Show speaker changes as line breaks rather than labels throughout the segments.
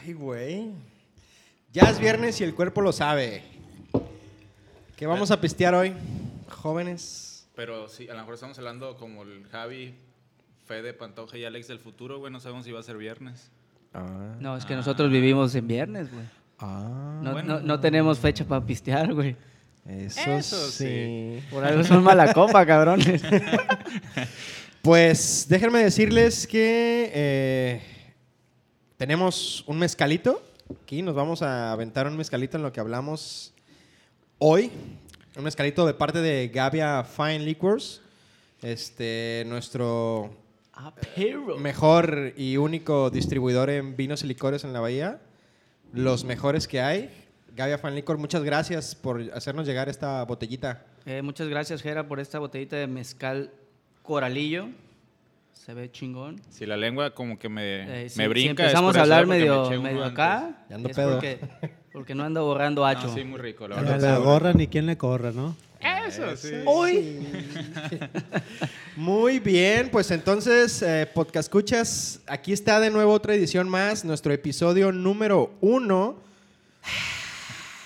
Ay, güey. Ya es viernes y el cuerpo lo sabe. ¿Qué vamos a pistear hoy, jóvenes?
Pero sí, a lo mejor estamos hablando como el Javi, Fede, Pantoja y Alex del futuro, güey. No sabemos si va a ser viernes.
Ah.
No, es que nosotros vivimos en viernes, güey. No,
Bueno.
no- no tenemos fecha para pistear, güey.
Eso,
Eso
sí.
sí.
Por algo son mala copa, cabrones.
Pues déjenme decirles que eh, tenemos un mezcalito. Aquí nos vamos a aventar un mezcalito en lo que hablamos hoy. Un mezcalito de parte de Gavia Fine Liquors. Este, nuestro
Ah, perro.
mejor y único distribuidor en vinos y licores en la bahía. Los mejores que hay. Gavia Fan Licor, muchas gracias por hacernos llegar esta botellita.
Eh, muchas gracias, Jera, por esta botellita de mezcal coralillo. Se ve chingón.
Si la lengua como que me,
Eh,
me brinca. es
si empezamos
por eso,
a hablar
porque me
medio,
eché uno
medio
antes.
acá.
Ya ando
es
pedo.
Porque, porque no ando borrando hacho.
No, Ah, sí, muy rico, la
A
verdad.
la gorra ni quien le corra, ¿no?
Eso, sí.
Hoy. Muy bien, pues entonces, eh, podcast escuchas, aquí está de nuevo otra edición más, nuestro episodio número uno.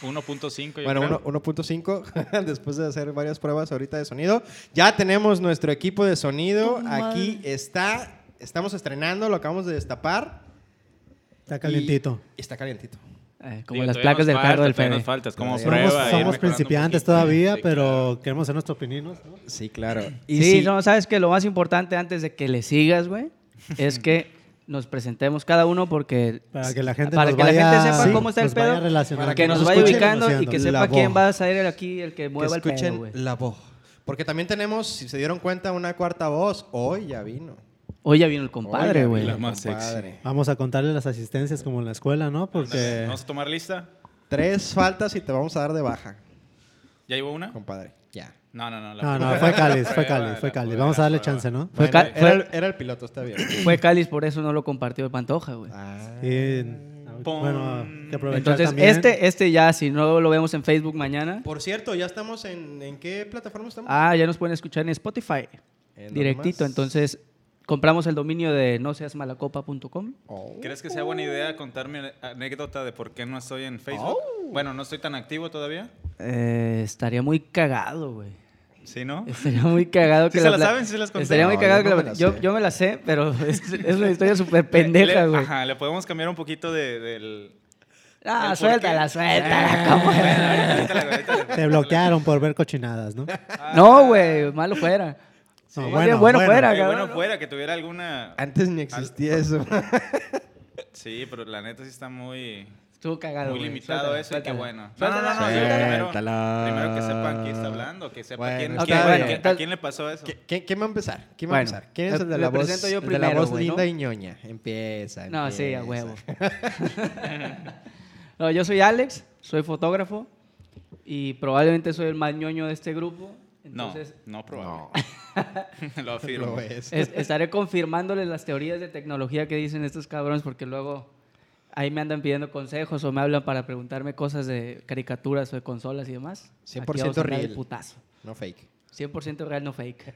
1.5. yo
Bueno,
creo.
uno- 1.5, después de hacer varias pruebas ahorita de sonido. Ya tenemos nuestro equipo de sonido.
Tu
Aquí está. Estamos estrenando, lo acabamos de destapar.
Está calientito.
Y- está calientito.
Eh, como
Digo,
las
todavía
placas
nos
del carro
falta,
del
todavía
Fede.
nos falta, es como
Somos-
prueba.
somos
ir
somos
mejorando un
principiantes
poquito.
todavía,
Sí, claro.
pero queremos hacer nuestros pininos, ¿no?
Sí, claro. Y
Sí,
si-
no, sabes que lo más importante antes de que le sigas, güey, es que nos presentemos cada uno porque
Para que la gente
para
nos
que
vaya,
la gente sepa
sí,
cómo está el
nos vaya
pedo,
relacionando.
que nos
nos
vaya
escuchen
ubicando y
conociendo.
que sepa
La
quién
voz.
va a ser aquí el que
que
mueva el pedo,
escuchen
güey.
la voz. Porque también tenemos, si se dieron cuenta, una cuarta voz. Hoy ya vino.
Hoy ya vino el
Hoy
compadre,
ya
güey.
vino
la
el
más sexy.
compadre.
Vamos a contarle las asistencias como en la escuela, ¿no? Porque
Vamos a tomar lista.
Tres faltas y te vamos a dar de baja,
¿Ya llevo una?
compadre. Ya.
No, no, no. la
no, no,
prueba,
fue
la
Cáliz, fue
prueba,
Cáliz, fue
la
Cáliz.
prueba,
Vamos a
la
darle
prueba.
chance, ¿no?
Fue
Bueno,
ca-
era,
fue-
el- era el piloto, está bien.
Fue Cáliz, por eso no lo compartió el Pantoja, güey.
Ah.
Sí, bueno, hay que aprovechar
Entonces,
también.
este este ya si no lo vemos en Facebook mañana.
Por cierto, ya estamos en... ¿En qué plataforma estamos?
Ah, ya nos pueden escuchar en Spotify.
En donde
Directito,
más.
entonces compramos el dominio de no seas malacopa.com.
Oh.
¿Crees que sea buena idea contar mi anécdota de por qué no estoy en Facebook?
Oh.
Bueno, no estoy tan activo todavía.
Eh, estaría muy cagado, güey.
¿Sí, no?
Estaría muy cagado
¿Sí
que
se
la
la
pla-
saben? ¿Sí las conté?
Estaría muy
No,
cagado
yo
que
no
la
me la
yo,
sé.
yo me la sé, pero es, es una historia súper
Le-
pendeja,
le-
güey.
Ajá, le podemos cambiar un poquito de, del... Ah, ¿El
Ah,
por
suéltala,
qué?
suéltala. ¿cómo?
Te bloquearon por ver cochinadas, ¿no?
No, güey, malo fuera.
No,
Más bien, bueno, fuera.
Qué bueno
cabrón.
fuera que tuviera alguna...
Antes ni existía eso.
Sí, pero la neta sí está muy...
Estuvo cagado.
Muy
güey.
limitado
Suéltala,
eso y qué
suéltala.
bueno. No, no, no,
Suéltala,
no,
suéltala.
primero-
Suéltala.
Primero que sepan quién está hablando, que sepa
Bueno,
quién,
está
quién-
bien.
a quién- a quién le pasó eso.
¿Qui- qui- ¿Quién va a empezar? ¿Quién va
Bueno,
a empezar? ¿Quién es
me-
el de
me
la voz,
presento yo
el de la
primero,
voz
güey,
linda
¿no?
y ñoña? Empieza,
No, sí, a
empieza.
huevo. No, yo soy Alex, soy fotógrafo y probablemente soy el más ñoño de este grupo.
No,
Entonces,
no
No,
probable. Lo afirmo.
lo es.
Es- estaré confirmándoles las teorías de tecnología que dicen estos cabrones porque luego ahí me andan pidiendo consejos o me hablan para preguntarme cosas de caricaturas o de consolas y demás. Aquí
100%
vamos a andar de
real.
putazo.
No fake.
100% real, no fake.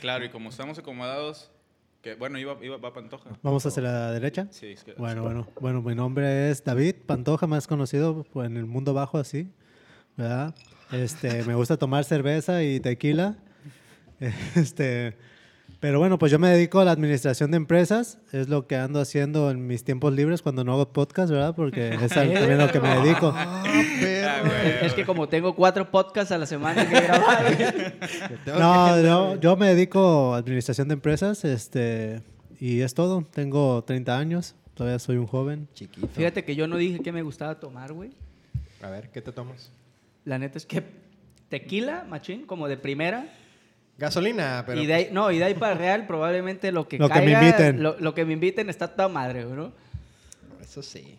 Claro, y como estamos acomodados, que bueno, iba, iba, va Pantoja.
Vamos hacia la derecha.
Sí, es que-
Bueno, bueno, bueno, mi nombre es David Pantoja, más conocido pues, en el mundo bajo así, ¿verdad? Este, me gusta tomar cerveza y tequila. Este, pero bueno, pues yo me dedico a la administración de empresas, es lo que ando haciendo en mis tiempos libres cuando no hago podcast, ¿verdad? Porque es al- también a lo que me dedico.
Ah, güey.
es que como tengo cuatro podcasts a la semana que grabar,
No, yo, yo me dedico a administración de empresas, este, y es todo. Tengo 30 años, todavía soy un joven.
Chiquito.
fíjate que yo no dije que me gustaba tomar, güey.
A ver, ¿qué te tomas?
La neta es que tequila, machín, como de primera.
Gasolina, pero... pues
y de ahí, no, y de ahí para real, probablemente lo que
Lo que me
caiga,
inviten.
Lo, lo que me inviten está toda madre, bro.
pues, Eso sí.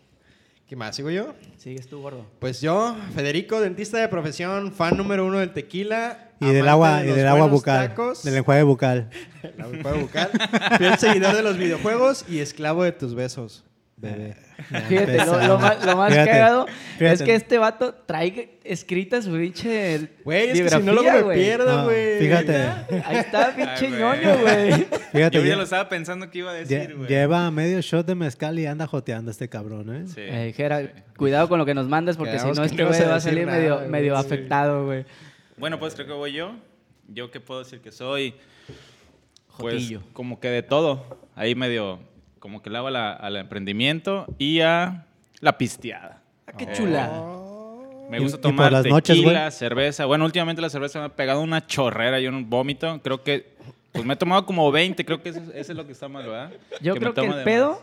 ¿Qué más? ¿Sigo yo?
Sigues tú, gordo.
Pues yo, Federico, dentista de profesión, fan número uno del tequila.
Y
amante
del agua,
de
y
los
del agua
buenos
bucal,
tacos,
del enjuague bucal.
el agua bucal, Fiel seguidor de los videojuegos y esclavo de tus besos. bebé.
Ya
Fíjate, lo, lo
empezamos.
más, lo más
Fíjate,
cagado es
fíjate.
que este vato trae escrita su pinche
Güey, es que si
biografía,
no luego me
güey.
pierdo,
No,
güey.
fíjate,
Ahí está,
Ay,
pinche
güey.
ñoño, güey.
fíjate.
Yo ya
lle-
lo estaba pensando que iba a decir,
lle-
güey.
lleva medio shot de mezcal y anda joteando este cabrón, ¿eh?
Sí,
Eh, Jera,
sí.
cuidado con lo que nos mandas porque
Quedamos
si no
que
este
no
güey
ibas a
va a
decir
salir
nada,
medio,
güey,
medio
sí.
afectado, güey.
Bueno, pues creo que voy yo. Yo que puedo decir que soy. Pues
Jotillo.
como que de todo. Ahí medio. Como que lava la, al emprendimiento y a la pisteada.
Ah, qué
Eh,
chulada.
Me
Y-
gusta
y por
tomar
las
tequila,
noches, güey.
cerveza. Bueno, últimamente la cerveza me ha pegado una chorrera y un vómito. Creo que. Pues me he tomado como 20. Creo que eso, eso es lo que está mal, ¿verdad?
Yo
me
creo que
tomo
el
de
pedo
más.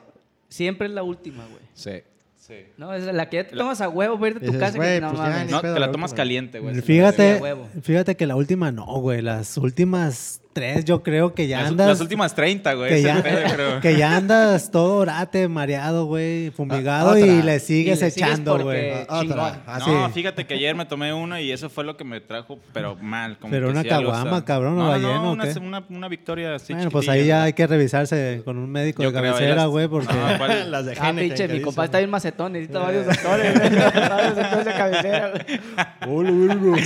siempre es la última, güey.
Sí.
Sí.
No, es la que ya te
La-
tomas a huevo para irte a tu
Dices,
casa.
güey,
que, no,
pues ya,
mames.
ni
No,
pedo,
te
la
la tomas
última.
caliente, güey.
sería
Fíjate,
huevo.
fíjate que la última no, güey. Las últimas tres yo creo que ya
Las,
andas...
las últimas 30, güey.
que
es el
ya,
pedo, creo.
que ya andas todo orate, mareado, güey, fumigado
Ah,
y
otra.
le sigues
Y le sigues
echando,
porque-
güey.
Ah, otra.
chingón.
Ah,
no,
sí.
fíjate que ayer me tomé uno y eso fue lo que me trajo, pero mal. Como
Pero
que
una
sí algo
caguama,
está-
cabrón, o
no, no,
ballena,
no,
¿o
una,
qué?
una, una victoria así
bueno, pues ahí
chiquitilla,
ya hay
güey.
que revisarse con un médico
Yo
de
creo, ahí
cabecera,
las-
güey, porque...
No, ¿cuál?
Las de
Ah,
Heineken
pinche,
que
mi compa
dicen.
está bien macetón,
Eh.
necesita varios doctores, güey. varios doctores de cabecera, güey.
Hola, vergo.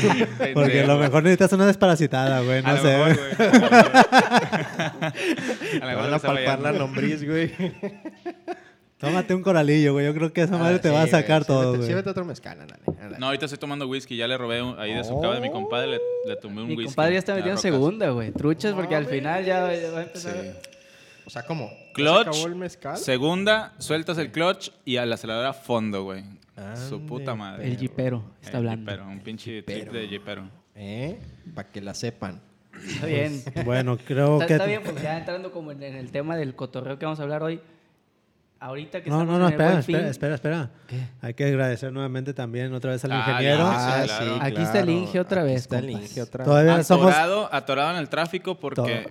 Porque a lo mejor necesitas una desparasitada, güey,
A
no
lo
sé.
mejor,
güey.
güey. A lo
Te
mejor
Van
lo
a
estaba
palpar la
hallando.
lombriz, güey.
Tómate un coralillo, güey. Yo creo que esa
Ah,
madre te va a
Sí,
sacar
güey,
todo,
sí,
güey.
Sí, vete otro mezcal, ándale. ándale.
No, ahorita estoy tomando whisky. Ya le robé un- ahí de su cava de
Oh.
mi compadre. Le, le tomé un
Mi
whisky.
compadre ya está
Ah,
metido en
rocas.
segunda, güey. Truchas, porque al final ya, ya va a empezar.
O sea, ¿cómo? ¿Ya
Clutch.
¿Se acabó el mezcal?
Segunda, sueltas el clutch y a la aceleradora fondo, güey. Su
Ande,
puta madre.
El jipero está
El
hablando.
jipero, un pinche trip de jipero.
¿Eh? Para que la sepan.
Está bien.
Bueno, creo
Está,
que...
está bien, pues ya entrando como en, en el tema del cotorreo que vamos a hablar hoy. Ahorita que
No,
estamos
no, no,
en el
espera,
Buen Fin,
espera, espera, espera. Hay que agradecer nuevamente también otra vez al
Ah,
ingeniero.
no, Ah, sí, claro.
Aquí está el Inge otra
Aquí
vez,
Está el
compas.
Inge otra vez.
Todavía somos...
Atorado, atorado en el tráfico porque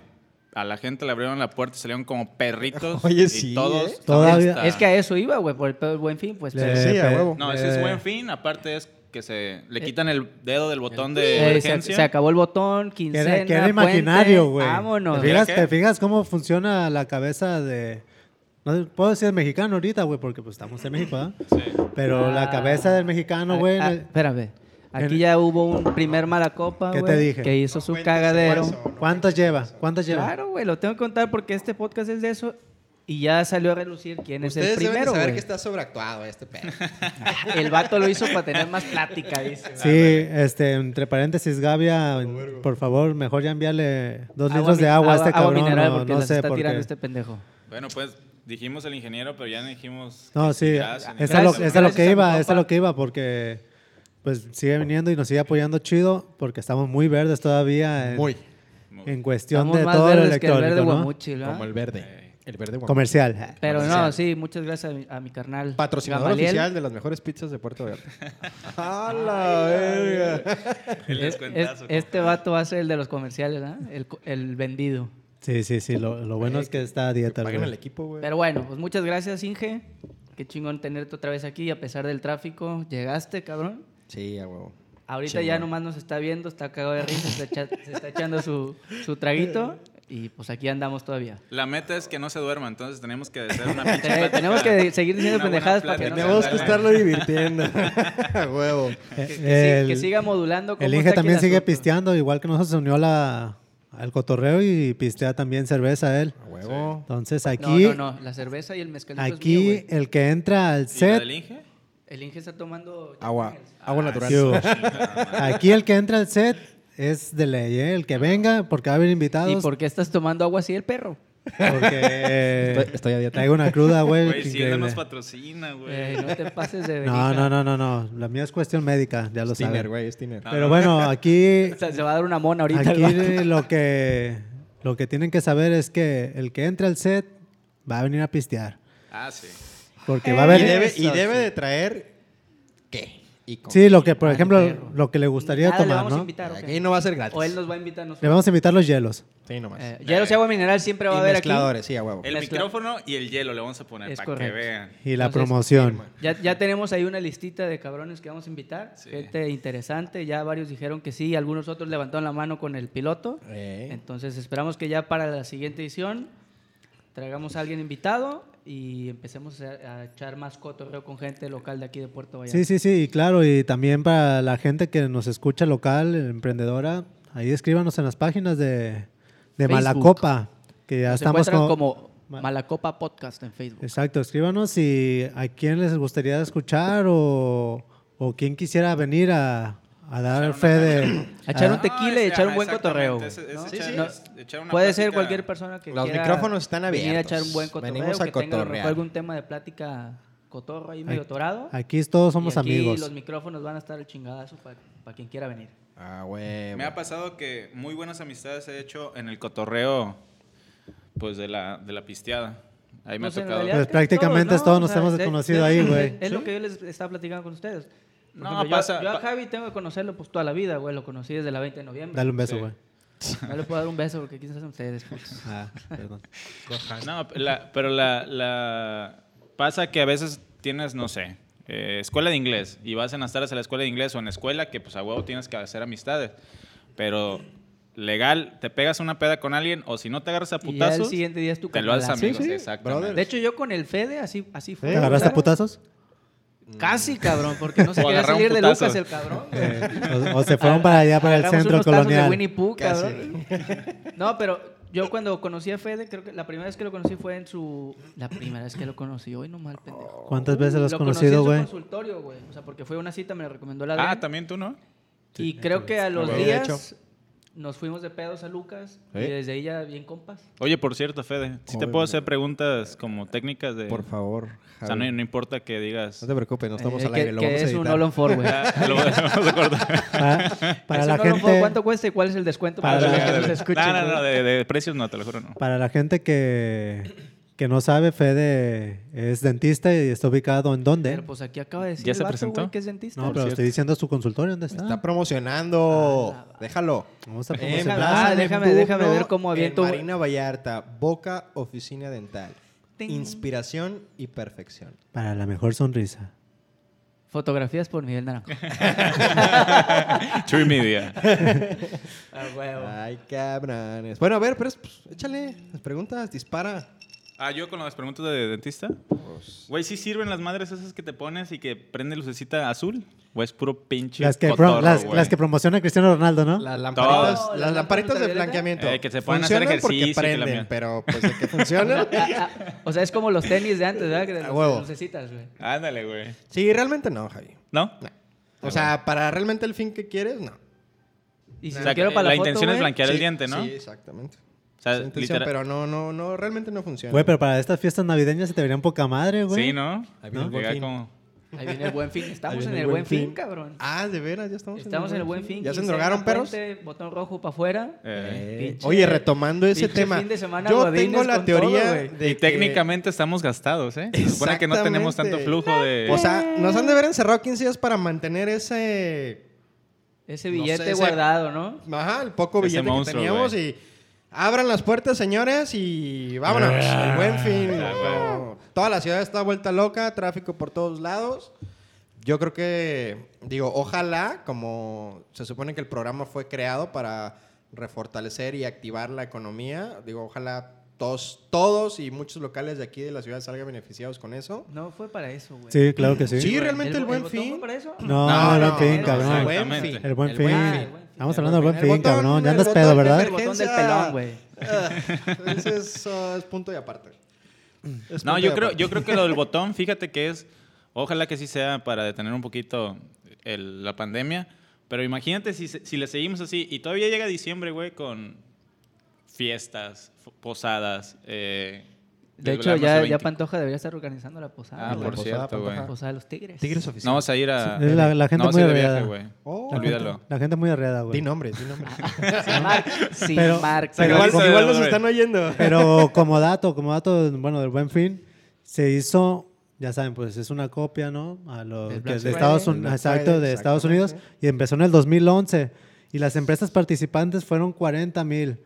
a la gente le abrieron la puerta y salieron como perritos.
Oye,
y
sí, ¿eh?
todos.
Todavía-
hasta-
Es que a eso iba, güey, por el pedo del Buen Fin, pues.
le
pero-
Sí, a
pe-
huevo.
No, ese es
le-
buen fin. Aparte es que se le quitan el dedo del botón
Eh,
de
se,
emergencia.
se acabó el botón,
Que
quincena,
era, que era
puente,
imaginario, güey.
Vámonos.
¿Te fijas,
¿Qué?
te fijas cómo funciona la cabeza de... No sé, puedo decir mexicano ahorita, güey, porque pues estamos en México, ¿ah?
Sí.
Pero la
Ah.
cabeza del mexicano, güey...
Ah, ah,
le-
espérame. Aquí
en-
ya hubo un primer malacopa,
¿Qué
güey.
te dije?
Que hizo su cagadero.
¿Cuántos lleva? ¿Cuántos lleva?
Claro, güey, lo tengo que contar porque este podcast es de eso. Y ya salió a relucir quién es el
Ustedes deben de
primero,
saber
güey.
que está sobreactuado este pedo.
El vato lo hizo para tener más plática, dice.
Sí, este, entre paréntesis, Gavia, por favor, mejor ya envíale dos litros de
mi-
agua a este cabrón.
mineral
no,
porque
no
las
sé
está
por
tirando
qué.
este pendejo.
Bueno, pues dijimos el ingeniero, pero ya no dijimos.
No,
que
sí,
gracias, ni
es a
nada.
lo,
Gracias,
es a lo
a
que
mi
iba,
papá.
es a lo que iba, porque pues sigue viniendo y nos sigue apoyando chido, porque estamos muy verdes todavía en,
Muy.
en cuestión
Estamos
de
más
todo lo
verdes que el verde
electrónico, ¿no?
guamuchil, ¿verdad?
Como el verde. El verde guapo.
Comercial.
Pero no,
Comercial.
sí, muchas gracias a mi, a mi carnal.
Patrocinador
Gamaliel.
oficial de las mejores pizzas de Puerto Vallarta. ¡A la verga!
El
Es-
descuentazo,
es- este vato va a ser el de los comerciales, ¿verdad? El, co- el vendido.
Sí, sí, sí, lo, lo bueno es que está a
Que
dieta,
Paguen al
güey.
equipo, güey.
Pero bueno, pues muchas gracias, Inge. Qué chingón tenerte otra vez aquí, a pesar del tráfico. Llegaste, cabrón.
Sí, a huevo.
Ahorita
Chingón.
ya nomás nos está viendo, está cagado de risa, se, está echa- se está echando su, su traguito. Y pues aquí andamos todavía.
La meta es que no se duerma, entonces tenemos que hacer una pinche
Te-
plática.
tenemos que seguir diciendo
Una buena
pendejadas para que
plática.
no
Tenemos
se
que
duerma.
estarlo divirtiendo. A huevo.
Eh,
Que, que sí-
el-
que siga modulando. cómo
El Inge
está aquí
también sigue
asunto.
pisteando, igual que nosotros se unió a la- al cotorreo y pistea también cerveza él.
A huevo.
Entonces
No,
aquí,
no, no. La cerveza y el mezcalito es mío,
aquí
güey.
el que entra al
¿Y la del
set,
Inge?
El Inge está tomando...
Agua.
Ah,
Agua natural.
sí, hubo.
Chingada
aquí el que entra al set es de ley, ¿eh? el que venga, porque va a haber
¿Y
invitados,
por qué estás tomando agua así el perro?
porque eh,
Estoy- estoy a dieta.
traigo una
madre.
cruda, güey.
Güey, si él no
increíble.
nos patrocina, güey.
Eh, no te pases de
no,
verija.
no, no, no, no, la mía es cuestión médica, ya lo
Stiner,
saben.
güey, es Tiner.
No,
Pero bueno, aquí
O sea, se va a dar una mona ahorita. el vato.
Aquí lo que, lo que tienen que saber es que el que entra al set va a venir a pistear.
Ah, sí.
Porque
Eh,
va a haber...
Y debe, y
Eso,
debe
sí.
de traer. ¿Qué? Y con-
Sí, lo que, por
Ah,
ejemplo,
perro.
lo que le gustaría
Nada, le
tomar,
vamos a
¿no?
invitar, ¿o qué?
Aquí no va a ser gratis.
O él nos va a invitar a nosotros.
Le vamos a invitar los hielos.
Sí, nomás.
Eh, hielos y agua mineral siempre va a
y
haber aquí.
mezcladores, sí, a huevo.
El
Mezcla-
micrófono y el hielo le vamos a poner
Es
para
correcto.
que vean.
Y la
Entonces,
promoción.
Ya, ya tenemos ahí una listita de cabrones que vamos a invitar.
Sí.
Gente interesante. Ya varios dijeron que sí. Algunos otros levantaron la mano con el piloto.
Eh,
Entonces esperamos que ya para la siguiente edición traigamos a alguien invitado y empecemos a, a echar más cotorreo con gente local de aquí de Puerto Vallarta.
Sí, sí, sí, y claro, y también para la gente que nos escucha local, emprendedora, ahí escríbanos en las páginas de, de
Facebook.
Malacopa, que ya
Nos
estamos
encuentran
con-
como
Ma-
Malacopa Podcast en Facebook.
Exacto, escríbanos si a quién les gustaría escuchar o, o quién quisiera venir a, a dar fe de...
A
Ah,
echar un
a-
tequila y echar un buen cotorreo. güey, ¿no? No, Puede ser cualquier persona que
Los
quiera
micrófonos están
Venir a
abiertos.
echar un buen cotorreo,
Venimos a
que tenga a lo mejor
cotorrear.
algún tema de plática cotorro ahí medio
Aquí-
torado.
Aquí todos somos
y aquí
amigos.
los micrófonos van a estar el chingadazo para quien quiera venir.
Ah, güey.
Me ha pasado que muy buenas amistades he hecho en el cotorreo, pues de la, de la pisteada. Ahí me
Pues,
ha
en
tocado.
realidad, creo
Pues
que
prácticamente
¿no?
todos nos hemos
de-
conocido
de-
ahí,
es-
güey.
Es lo que yo les estaba platicando con ustedes. Por
No,
ejemplo, yo-
pasa-
yo, a
pa-
Javi tengo que conocerlo pues toda la vida, güey. Lo conocí desde la 20 de noviembre.
Dale un beso,
Sí.
güey.
No le puedo dar un beso porque quizás son ustedes. pues.
Ah, perdón.
No, la- pero la, la- pasa que a veces tienes, no sé, eh, escuela de inglés y vas en las tardes a la escuela de inglés o en la escuela que pues a huevo tienes que hacer amistades. Pero legal, te pegas una peda con alguien o si no te agarras a
Y ya el
putazos,
siguiente día es tu
te lo haces
carnalazo.
amigos,
Sí, sí,
exactamente.
brother.
De hecho, yo con el Fede así, así fue.
¿Te agarraste a
¿sabes?
putazos?
Casi, cabrón, porque no se
O
quería
agarraron
salir de
putazo.
Lucas el cabrón. güey.
Eh, o, o se fueron para allá, para el
Agarramos
centro
unos tazos de Winnie
colonial.
Pooh,
Casi.
cabrón. No, pero yo cuando conocí a Fede, creo que la primera vez que lo conocí fue en su... La primera vez que lo conocí, hoy no mal, pendejo.
¿Cuántas veces lo has
lo
conocido,
conocí en
güey?
su consultorio, güey. O sea, porque fue una cita, me lo recomendó la
Ah,
Adrián.
también tú, ¿no?
Y creo que a los
Sí, de
días nos fuimos de pedos a Lucas y
Sí.
desde ahí ya bien compas.
Oye, por cierto, Fede, si te
Obvio.
puedo hacer preguntas como técnicas de...
Por favor,
O sea, no,
Javi.
no importa que digas...
No te preocupes, no estamos
Eh,
al aire,
que-
lo
que
vamos a
es un
editar.
all on four, güey.
Ya, lo vamos a cortar.
Para, Ah, para
Es
la
un all on four.
gente...
¿Cuánto cuesta y cuál es el descuento para,
Para
los
la-
que nos escuchen?
No, no, no,
güey?
de, de precios no, te lo juro no.
Para la gente que, que no sabe, Fede es dentista y está ubicado en dónde.
Pero pues aquí acaba de decir
¿Ya
el
se
vato,
presentó?
güey, que es dentista.
No, pero estoy diciendo su consultorio, ¿dónde está?
Está promocionando.
Ah, la-
Déjalo. Eh,
Vamos a
En
promocionar.
Plaza
Ah, déjame-
Neptuno,
déjame ver cómo aviento-
En Marina Vallarta, Boca Oficina Dental.
Ting.
Inspiración y perfección.
Para la mejor sonrisa.
Fotografías por Miguel Naranjo.
True Media.
Ah, huevo.
Ay, cabrones. Bueno, a ver, pero es- pues, échale las preguntas, dispara.
Ah, yo con las preguntas de dentista.
Pues,
Güey, ¿sí sirven las madres esas que te pones y que prende lucecita azul? ¿O es puro pinche
Las que, pro-
cotorro,
las,
güey?
las que promociona Cristiano Ronaldo, ¿no?
Las lamparitas,
Todas.
las
Las
lamparitas de
lamparitas
blanqueamiento.
Eh, que se pueden hacer
Funcionan porque
ejercicio y que la
prenden,
mierda.
pero pues de que funcionan.
Ah, ah, o sea, es como los tenis de antes, ¿verdad? Que de
A
los-
huevo.
los necesitas, güey.
Ándale, güey.
sí, realmente no, Javi.
¿No?
No. O sea, para realmente el fin que quieres, no.
Y si
O
lo
sea,
quiero
que
para la,
la
foto,
intención es
güey,
blanquear
Sí,
el diente, ¿no?
Sí, exactamente.
O sea,
Es la intención,
literal-
pero no, no, no, realmente no funciona.
Güey, pero para estas fiestas navideñas se te verían poca madre, güey.
Sí, ¿no?
Ahí viene el buen
Llega
fin.
como-
Ahí viene el buen fin.
Ahí
Estamos
viene
en el buen fin, cabrón.
Ah, de veras, ya estamos,
Estamos en el buen fin.
¿Ya se
quincena,
drogaron, perros?
puente, Botón rojo para afuera.
Eh,
Eh,
Pinche-
Oye, retomando ese
pinche
tema,
fin de semana
yo
godines
tengo la
con
teoría
todo, güey.
de
y
que-
técnicamente estamos gastados, ¿eh? Se supone que no tenemos tanto
Exactamente.
flujo de...
o sea, nos han de haber encerrado 15 días para mantener ese
Ese
no sé,
billete
ese-
guardado, ¿no?
Ajá, el poco
Ese
billete
monstruo,
que teníamos
güey.
y abran las puertas, señores, y vámonos. el buen fin.
Ah,
como toda la ciudad está vuelta loca, tráfico por todos lados. Yo creo que, digo, ojalá, como se supone que el programa fue creado para refortalecer y activar la economía, digo, ojalá todos, todos y muchos locales de aquí de la ciudad salgan beneficiados con eso.
No fue para eso, güey.
Sí, claro que sí.
Sí, realmente el buen
botón
fin.
fue para eso?
No, Ah, el buen fin,
no,
cabrón.
El buen fin.
Exactamente.
El buen fin.
buen fin.
Estamos
El
hablando
buen
del buen
fin.
fin,
El botón,
cabrón. Ya
el
andas
botón
pedo,
de
¿verdad?
ver-
El botón del
Emergencia.
pelón, güey.
Ah, Ese es, ah, es punto y aparte. Es
No,
punto
yo
y
creo,
aparte.
yo creo que lo del botón, fíjate que es, ojalá que sí sea para detener un poquito el- la pandemia, pero imagínate si, se- si le seguimos así y todavía llega diciembre, güey, con fiestas, f- posadas. eh,
De
del
hecho,
Verano
ya,
20.
ya Pantoja debería estar organizando la posada.
Ah,
güey.
por
posada,
cierto,
Pantoja.
güey.
La posada de los tigres.
Tigres oficiales.
No, vamos a ir a...
Sí, la- la gente
no, vamos a ir
muy
de viaje,
arreglada.
güey.
Oh.
Olvídalo.
La gente es muy arreada, güey.
Di nombres, di nombres.
Sin mar- Sin
Pero-
marca.
pero-
igual,
como-
igual nos están oyendo.
Pero como dato, como dato, bueno, del buen fin, se hizo, ya saben, pues es una copia, ¿no? A lo
Del
que
Black
es de
Friday.
Estados
Del
Unidos,
Black
exacto,
Friday,
de Estados Unidos,
exactamente.
y empezó en el 2011. Y las empresas participantes fueron 40 mil.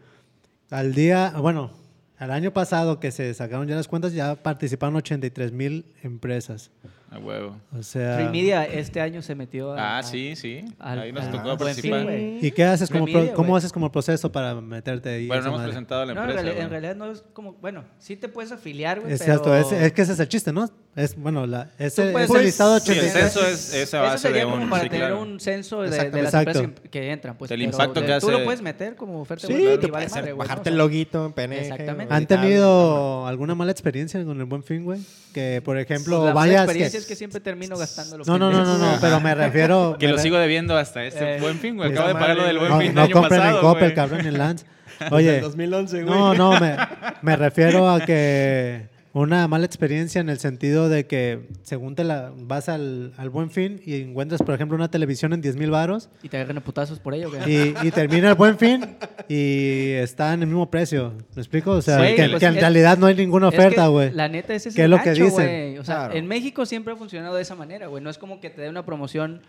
Al día, bueno, al año pasado que se sacaron ya las cuentas, ya participaron 83 mil empresas.
A huevo.
O sea.
Trimidia este año se metió a-
Ah,
a-
sí, sí.
al-
Ahí nos
al
tocó
Buen Fin,
participar.
güey.
¿Y qué haces como pro-
Remedio,
cómo
güey.
haces como proceso para meterte ahí?
Bueno,
esa
no hemos
madre?
presentado a la
No, en,
empresa.
reali- en
güey.
realidad no es como, bueno, sí te puedes afiliar, güey,
Es
pero...
cierto, es, es que ese es el chiste, ¿no? Es, bueno, la, ese,
Tú puedes-
ese listado
Sí, el
86.
censo es esa
Eso
base de
sería
un.
como para
sí,
tener
claro.
un censo de,
Exacto,
de las
exacto.
empresas que, que entran. Pues,
Del
pero
impacto que
de- Tú
hace-
lo puedes meter como oferta.
Sí,
güey,
te puedes
y vale madre, güey,
bajarte el
¿no? O sea,
loguito en PNG.
Exactamente.
güey,
¿Han tenido alguna mala experiencia con el buen fin, güey? Que, por ejemplo,
la mala
vayas.
experiencia
Que,
es que siempre termino gastando lo
no, no, no, no, no,
Ajá.
pero me refiero.
Que
me
lo
re-
sigo debiendo hasta este
Eh,
buen fin, güey.
pues,
Acabo de pagar lo del buen
No,
fin del
no
año
compren
pasado.
en Coppel,
güey.
cabrón, en Lance.
Desde
Oye.
el 2011, güey.
No, no, me, me refiero a que una mala experiencia en el sentido de que según te la vas al, al buen fin y encuentras, por ejemplo, una televisión en 10 mil varos
Y te agarran a putazos por ello, güey.
y, y termina el buen fin y está en el mismo precio. ¿Me explico? O sea,
Güey,
que,
pues
que en
es-
realidad no hay ninguna
Es que
oferta, güey.
La neta, ese es
¿Qué
el
es lo que
gancho,
dicen?
güey. O sea,
Claro.
en México siempre ha funcionado de esa manera, güey. No es como que te dé una promoción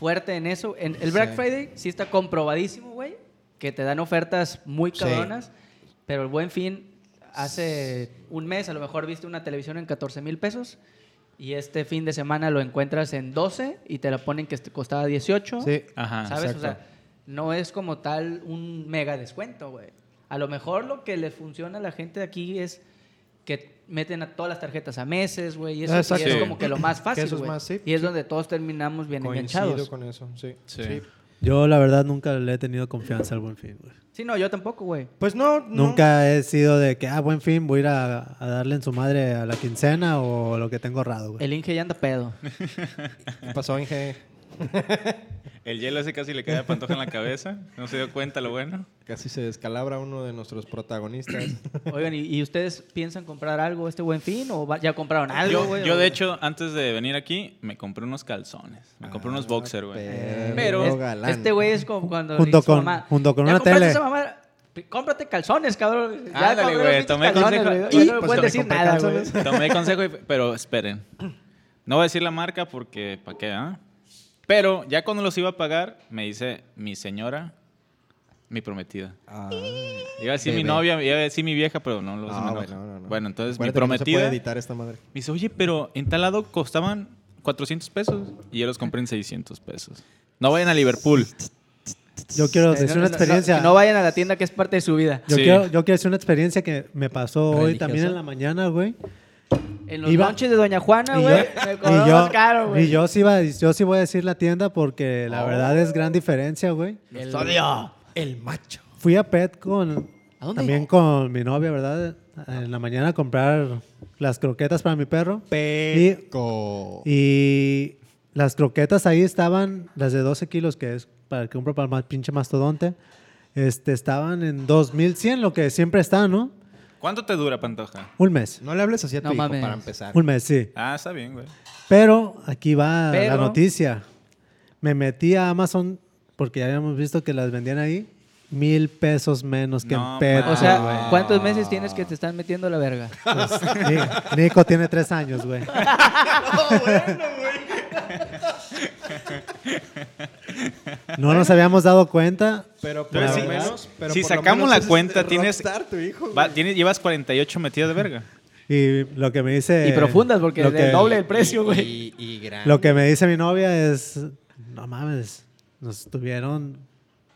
fuerte en eso. En el Black
Sí.
Friday sí está comprobadísimo, güey, que te dan ofertas muy
Sí.
cabronas, pero el Buen Fin hace un mes a lo mejor viste una televisión en 14 mil pesos y este fin de semana lo encuentras en 12 y te la ponen que te costaba 18.
Sí.
Ajá.
¿Sabes?
exacto.
O sea, no es como tal un mega descuento, güey. A lo mejor lo que le funciona a la gente de aquí es que meten a todas las tarjetas a meses, güey. Y eso
Ah,
y
exacto.
es
Sí.
como que lo más fácil,
eso es
güey.
más, sí.
Y es donde todos terminamos bien
Coincido
enganchados.
con eso, sí.
Sí.
Sí.
Yo la verdad nunca le he tenido confianza al buen fin, güey.
Sí, no, yo tampoco, güey.
Pues no, no.
Nunca he sido de que, ah, buen fin, voy a ir a, a darle en su madre a la quincena o lo que tengo ahorrado, güey.
El Inge ya anda pedo.
¿Qué pasó, Inge?
El hielo ese casi le cae a Pantoja en la cabeza. No se dio cuenta lo bueno.
Casi se descalabra uno de nuestros protagonistas.
Oigan, ¿y, y ustedes piensan comprar algo este buen fin o va- ya compraron
Yo-
algo, güey?
yo,
o-
de hecho, antes de venir aquí, me compré unos calzones. Me compré
Ah,
unos boxer, güey.
Eh,
Pero-
es-
galán.
este güey es como cuando
Junto
dice su
con- junto con
"Ya
una
compraste
tele".
esa mamada, p- Cómprate calzones, cabrón. Ya
Ándale,
compré los
güey,
pinches
tomé
calzones,
consejo.
güey. Ya
Y,
no me
pues,
puedes
me
decir
compré
nada, güey.
calzones.
Tomé el consejo, y- pero esperen. No voy a decir la marca porque, ¿para qué? ah? Pero ya cuando los iba a pagar, me dice mi señora, mi prometida.
Ah.
Iba a decir mi
Bebé.
novia, iba a decir mi vieja, pero no lo
No, güey, no, no, no.
Bueno, entonces mi
Acuérdate que no se puede
prometida.
editar esta madre.
Me dice, oye, pero en tal lado costaban 400 pesos y yo los compré en 600 pesos. No vayan a Liverpool.
Yo quiero
Eh,
decir
no,
una
no,
experiencia.
No, no vayan a la tienda que es parte de su vida.
Yo,
Sí.
quiero, yo quiero decir una experiencia que me pasó hoy
¿Religiosa?
también en la mañana, güey.
En los
Iba-
lunches de Doña Juana,
Y
Ah, güey.
yo-
Me
y
cobró
yo-
más caro, güey.
Y yo sí, iba, yo sí voy a decir la tienda porque
Oh.
la verdad es gran diferencia, güey.
El-
El macho.
Fui a Pet con...
¿A dónde?
También con mi novia, ¿verdad? En la mañana a comprar las croquetas para mi perro.
Peco.
Y las croquetas ahí estaban, las de 12 kilos, que es para el que compra para el más pinche mastodonte, este, estaban en 2100, lo que siempre está, ¿no?
¿Cuánto te dura, Pantoja?
Un mes.
No le hables así a tu
No
hijo
mames.
para empezar.
Un mes, sí.
Ah, está bien, güey.
Pero aquí va
Pero-
la noticia. Me metí a Amazon porque ya habíamos visto que las vendían ahí. Mil pesos menos que
No
en Pet.
mames.
O sea,
Ah.
¿cuántos meses tienes que te están metiendo la verga?
Pues, Ni- Nico tiene tres años, güey. No nos habíamos dado cuenta.
Pero
Pero
lo
sí,
pero
si
por lo
sacamos
menos
la
es
cuenta,
este
tienes-
rockstar tu hijo,
Va,
güey.
tienes- llevas 48 metidas de verga.
Y lo que me dice.
Y profundas, porque
lo
es del
que-
doble el precio, güey.
Y, y grande.
Lo que me dice mi novia es. No mames. Nos tuvieron.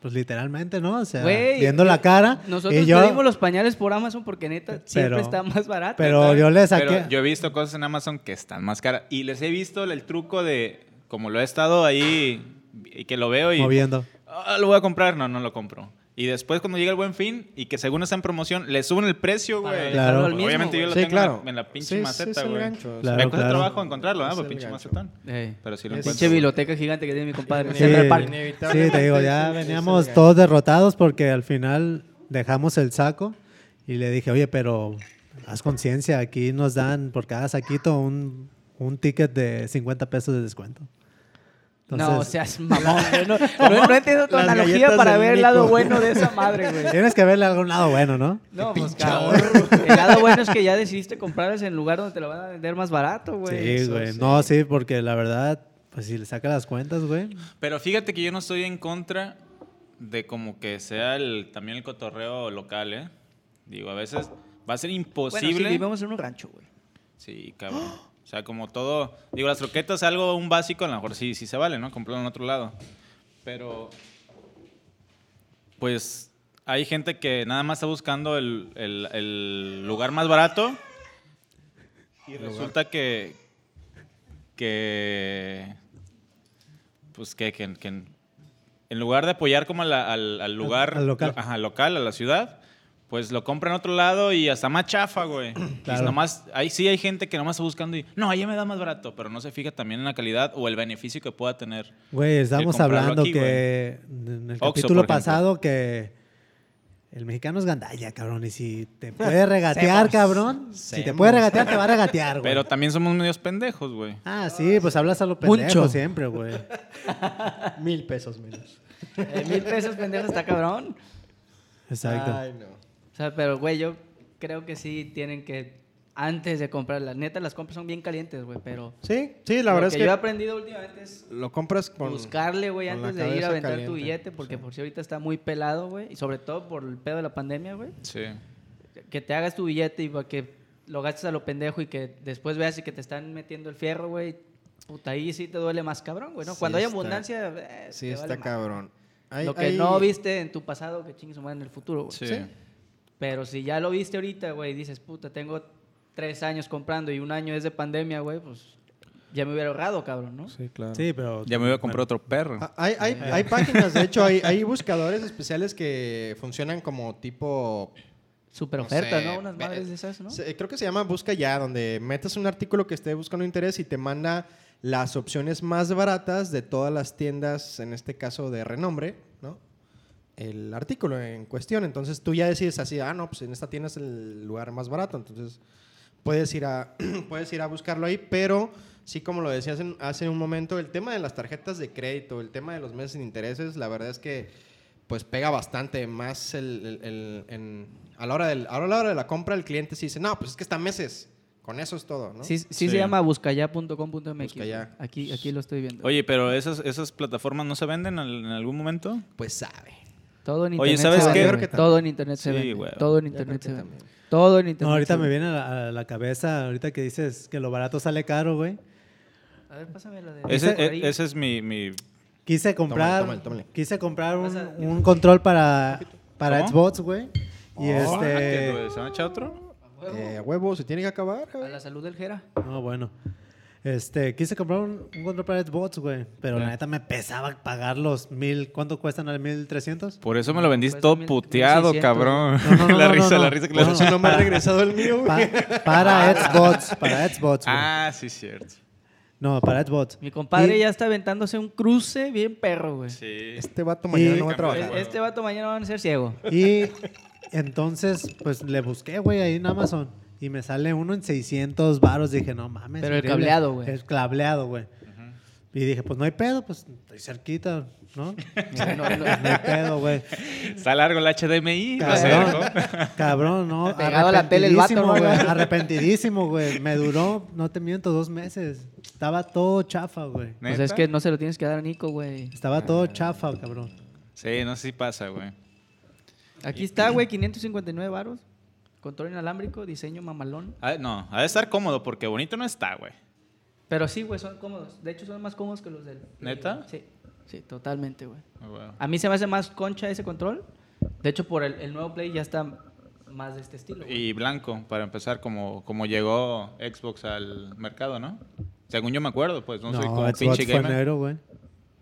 Pues literalmente, ¿no? O sea,
Güey,
viendo la
yo-
cara.
Nosotros
y yo,
pedimos los pañales por Amazon porque neta siempre
Pero-
está más barato.
Pero yo le saqué.
Pero yo he visto cosas en Amazon que están más caras. Y les he visto el truco de, como lo he estado ahí, y que lo veo y...
moviendo.
"Ah, lo voy a comprar. No, no lo compro. Y después cuando llega el buen fin y que según está en promoción, le suben el precio,
Para
güey.
dejarlo al
Pues,
mismo,
Obviamente yo
güey.
lo
Sí,
tengo
claro.
en, la, en la pinche
Sí, sí,
maceta,
es el
güey.
gancho, es
Claro,
Me cuesta
claro.
trabajo encontrarlo, ¿ah?
Es
Por
el
pinche
gancho.
macetón.
Ey,
Pero sí lo
Es-
encuentro.
pinche biblioteca gigante que tiene mi compadre.
Sí.
Central Park.
sí,
Inevitablemente
te digo,
es
ya
el- es el
veníamos
gancho.
todos derrotados porque al final dejamos el saco y le dije, oye, pero haz conciencia, aquí nos dan por cada saquito un, un ticket de 50 pesos de descuento.
No, o
Entonces,
sea, es mamón. güey. No, no- no entiendo tu
Las
analogía
galletas
para
del
ver el
Nico.
lado bueno de esa madre, güey.
tienes que verle algún lado bueno, ¿no?
No, pues cabrón. El lado bueno es que ya decidiste comprarlas en el lugar donde te lo van a vender más barato, güey.
sí,
Eso,
güey. No, sí, porque la verdad, pues si le sacas las cuentas, güey.
Pero fíjate que yo no estoy en contra de como que sea el, también el cotorreo local, ¿eh? Digo, a veces va a ser
Bueno, sí,
imposible.
vivimos en un rancho, güey.
sí, cabrón. O sea, como todo, digo, las croquetas, algo, un básico, a lo mejor sí, sí se vale, ¿no? Comprarlo en otro lado. Pero, pues, hay gente que nada más está buscando el, el- el lugar más barato y resulta que, que, pues, que, que- que en lugar de apoyar como a la- al, al lugar,
al local.
ajá, al local, a la ciudad, pues lo compra en otro lado y hasta más chafa, güey. Y
Claro.
nomás, ahí sí hay gente que nomás está buscando y, no, ahí me da más barato, pero no se fija también en la calidad o el beneficio que pueda tener.
Güey, estamos
comprarlo
hablando
aquí,
que en el
Oxxo,
capítulo
por ejemplo.
pasado que el mexicano es gandalla, cabrón. Y si te puede regatear,
Semos.
cabrón. Si te
Semos.
puede regatear, te va a regatear, güey.
Pero también somos medios pendejos, güey.
Ah, sí, pues hablas a lo
Mucho.
pendejo siempre, güey.
Mil pesos menos.
Eh, mil pesos, pendejo, está cabrón.
Exacto.
Ay, no.
O sea, pero, güey, yo creo que sí tienen que, antes de comprar, la neta, las compras son bien calientes, güey, pero...
Sí, sí, la
lo
verdad es
que
que
yo he aprendido últimamente es
lo compras con...
buscarle, güey,
con la
antes de ir
cabeza
a aventar tu
caliente,
billete, porque pues,
sí.
por si ahorita está muy pelado, güey, y sobre todo por el pedo de la pandemia, güey.
Sí.
Que te hagas tu billete y pa' que lo gastes a lo pendejo y que después veas y que te están metiendo el fierro, güey. Puta, ahí sí te duele más cabrón, güey, ¿no?
Sí
Cuando hay
está-
abundancia, eh,
Sí,
te
está
vale madre.
cabrón. Hay-
Lo que
hay-
no viste en tu pasado, que chingue su madre en el futuro, güey.
Sí.
Sí.
Pero si ya lo viste ahorita, güey, y dices, puta, tengo tres años comprando y un año es de pandemia, güey, pues ya me hubiera ahorrado, cabrón, ¿no?
Sí, claro.
Sí, pero.
Ya me voy a comprar otro perro.
Ah, Hay, hay- hay páginas, de hecho, hay, hay buscadores especiales que funcionan como tipo...
Super
no
oferta,
sé,
¿no? Unas
ve-
madres de esas, ¿no?
se- creo que se llama Busca Ya, donde metes un artículo que esté buscando interés y te manda las opciones más baratas de todas las tiendas, en este caso de renombre, ¿no? El artículo en cuestión. Entonces tú ya decides así, ah, no, pues en esta tienda es el lugar más barato. Entonces puedes ir a, puedes ir a buscarlo ahí, pero sí, como lo decías en- hace un momento, el tema de las tarjetas de crédito, el tema de los meses sin intereses, la verdad es que pues pega bastante más el, el- el- en- a, la hora del, a la hora de la compra el cliente sí dice, no, pues es que está meses, con eso es todo, ¿no?
Sí, sí,
Sí.
se llama buscaya.com.mx.
Buscaya.
Aquí, aquí lo estoy viendo.
Oye, pero esas, esas plataformas no se venden al- en algún momento.
Pues sabe.
todo en
oye,
internet.
¿sabes
se
qué?
vende,
Creo
que
güey. Todo en internet se
Sí,
vende.
güey.
Todo en
Yo creo
internet
que
se vende.
también.
Todo en internet.
No, ahorita
se
me
vende.
viene a la, a la cabeza, ahorita que dices que lo barato sale caro, güey.
A ver, pásame la de.
Ese,
por ahí.
e- ese es mi, mi-
Quise comprar,
tómale, tómale.
quise comprar un,
Pasa-
un control para, para
¿Cómo?
Xbox, güey. Y
Ah, que,
este,
güey, ¿Se me echa otro?
Eh, huevo, se tiene que acabar.
A
Javi.
la salud del Jera.
no, bueno. Este, quise comprar un, un control para Xbox, güey, pero la
Ya.
neta me pesaba pagar los mil, ¿cuánto cuestan al 1300?
Por eso me lo vendiste
Pues,
todo
mil-
puteado,
1600.
cabrón.
No, no, no,
la
no,
risa, la
no, no.
risa que le
Por
No,
eso no me ha regresado el mío,
Pa-
güey.
para Xbox, para Xbox, güey.
Ah, sí, cierto.
No, para Xbox.
Mi compadre
Y-
ya está aventándose un cruce bien perro, güey.
Sí.
Este vato mañana
Y-
no va a trabajar.
E- Este vato mañana van a ser ciego.
Y entonces, pues le busqué, güey, ahí en Amazon. Y me sale uno en 600 varos. Dije, no mames.
Pero el
increíble.
cableado, güey.
El cableado, güey. Y dije, pues no hay pedo, pues estoy cerquita, ¿no? Pues,
No, no, no.
No hay pedo, güey.
Está largo el HDMI. lo
Cabrón,
acerco.
cabrón, no.
Pegado a la tele el vato, ¿no,
arrepentidísimo,
güey?
güey, Arrepentidísimo, güey. Me duró, no te miento, dos meses. Estaba todo chafa, güey.
Pues
¿Neta?
es que no se lo tienes que dar a Nico, güey.
Estaba todo
Ah.
chafa, cabrón.
Sí, no sé si pasa, güey.
Aquí está, güey, 559 varos. Control inalámbrico, diseño mamalón.
Ah, no, ha de estar cómodo porque bonito no está, güey.
Pero sí, güey, son cómodos. De hecho, son más cómodos que los del.
¿Neta?
Sí, sí, totalmente, güey.
Ah, bueno.
A mí se me hace más concha ese control. De hecho, por el, el nuevo Play ya está más de este estilo. güey.
Y blanco, para empezar, como, como llegó Xbox al mercado, ¿no? Según yo me acuerdo, pues no, soy como
Xbox
pinche
fue
gamer.
negro, güey.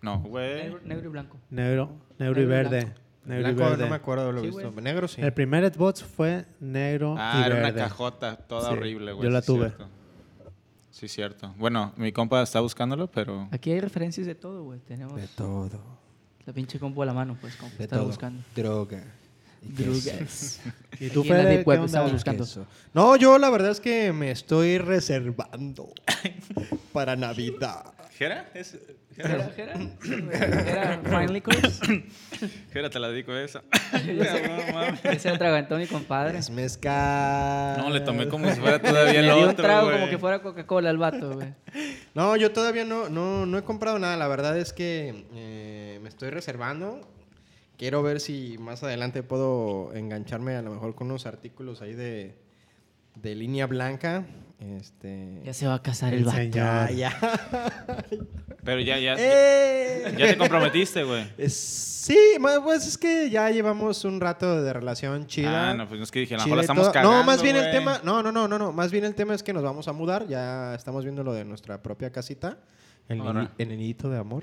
No, güey.
Negro, negro y blanco.
Negro, negro y
Negro y
verde.
blanco.
Negro y
Blanco,
verde.
no me acuerdo de lo
Sí,
visto.
güey.
Negro sí.
El primer Xbox fue negro
Ah,
y
era una
verde.
cajota toda
Sí,
horrible, güey.
yo la
sí,
tuve.
cierto. Sí, cierto. Bueno, mi compa está buscándolo, pero.
Aquí hay referencias de todo, güey. Tenemos
todo.
la pinche compu a la mano, pues, como que estaba buscando.
Droga.
Drugas.
¿Y tú,
Aquí en la
Fede,
Deep Web
qué
estaba
onda?
buscando.
Eso. No, yo la verdad es que me estoy reservando para Navidad.
¿Jera? ¿Es...
¿Era, era, era Finally Course.
Jera, te la dedico esa.
Ese atragantó mi compadre.
Es mezcal.
no, le tomé como si fuera todavía
Le
el
dio
otro.
un trago como
güey.
que fuera Coca-Cola al vato, güey.
No, yo todavía no, no, no he comprado nada. La verdad es que eh, me estoy reservando. Quiero ver si más adelante puedo engancharme a lo mejor con unos artículos ahí de, de línea blanca. Este.
Ya se va a casar el vato.
Ya,
señor.
ya.
Pero ya, ya,
¡Eh!
ya te comprometiste, güey.
Es- sí, ma- pues es que ya llevamos un rato de relación chida.
Ah, no, pues es que dije, a lo
chida
mejor la
y
estamos
todo.
cagando,
No, más bien el
güey.
tema. No, no, no, no, no. Más bien el tema es que nos vamos a mudar. Ya estamos viendo lo de nuestra propia casita. El,
Ahora.
ni- el niñito de amor.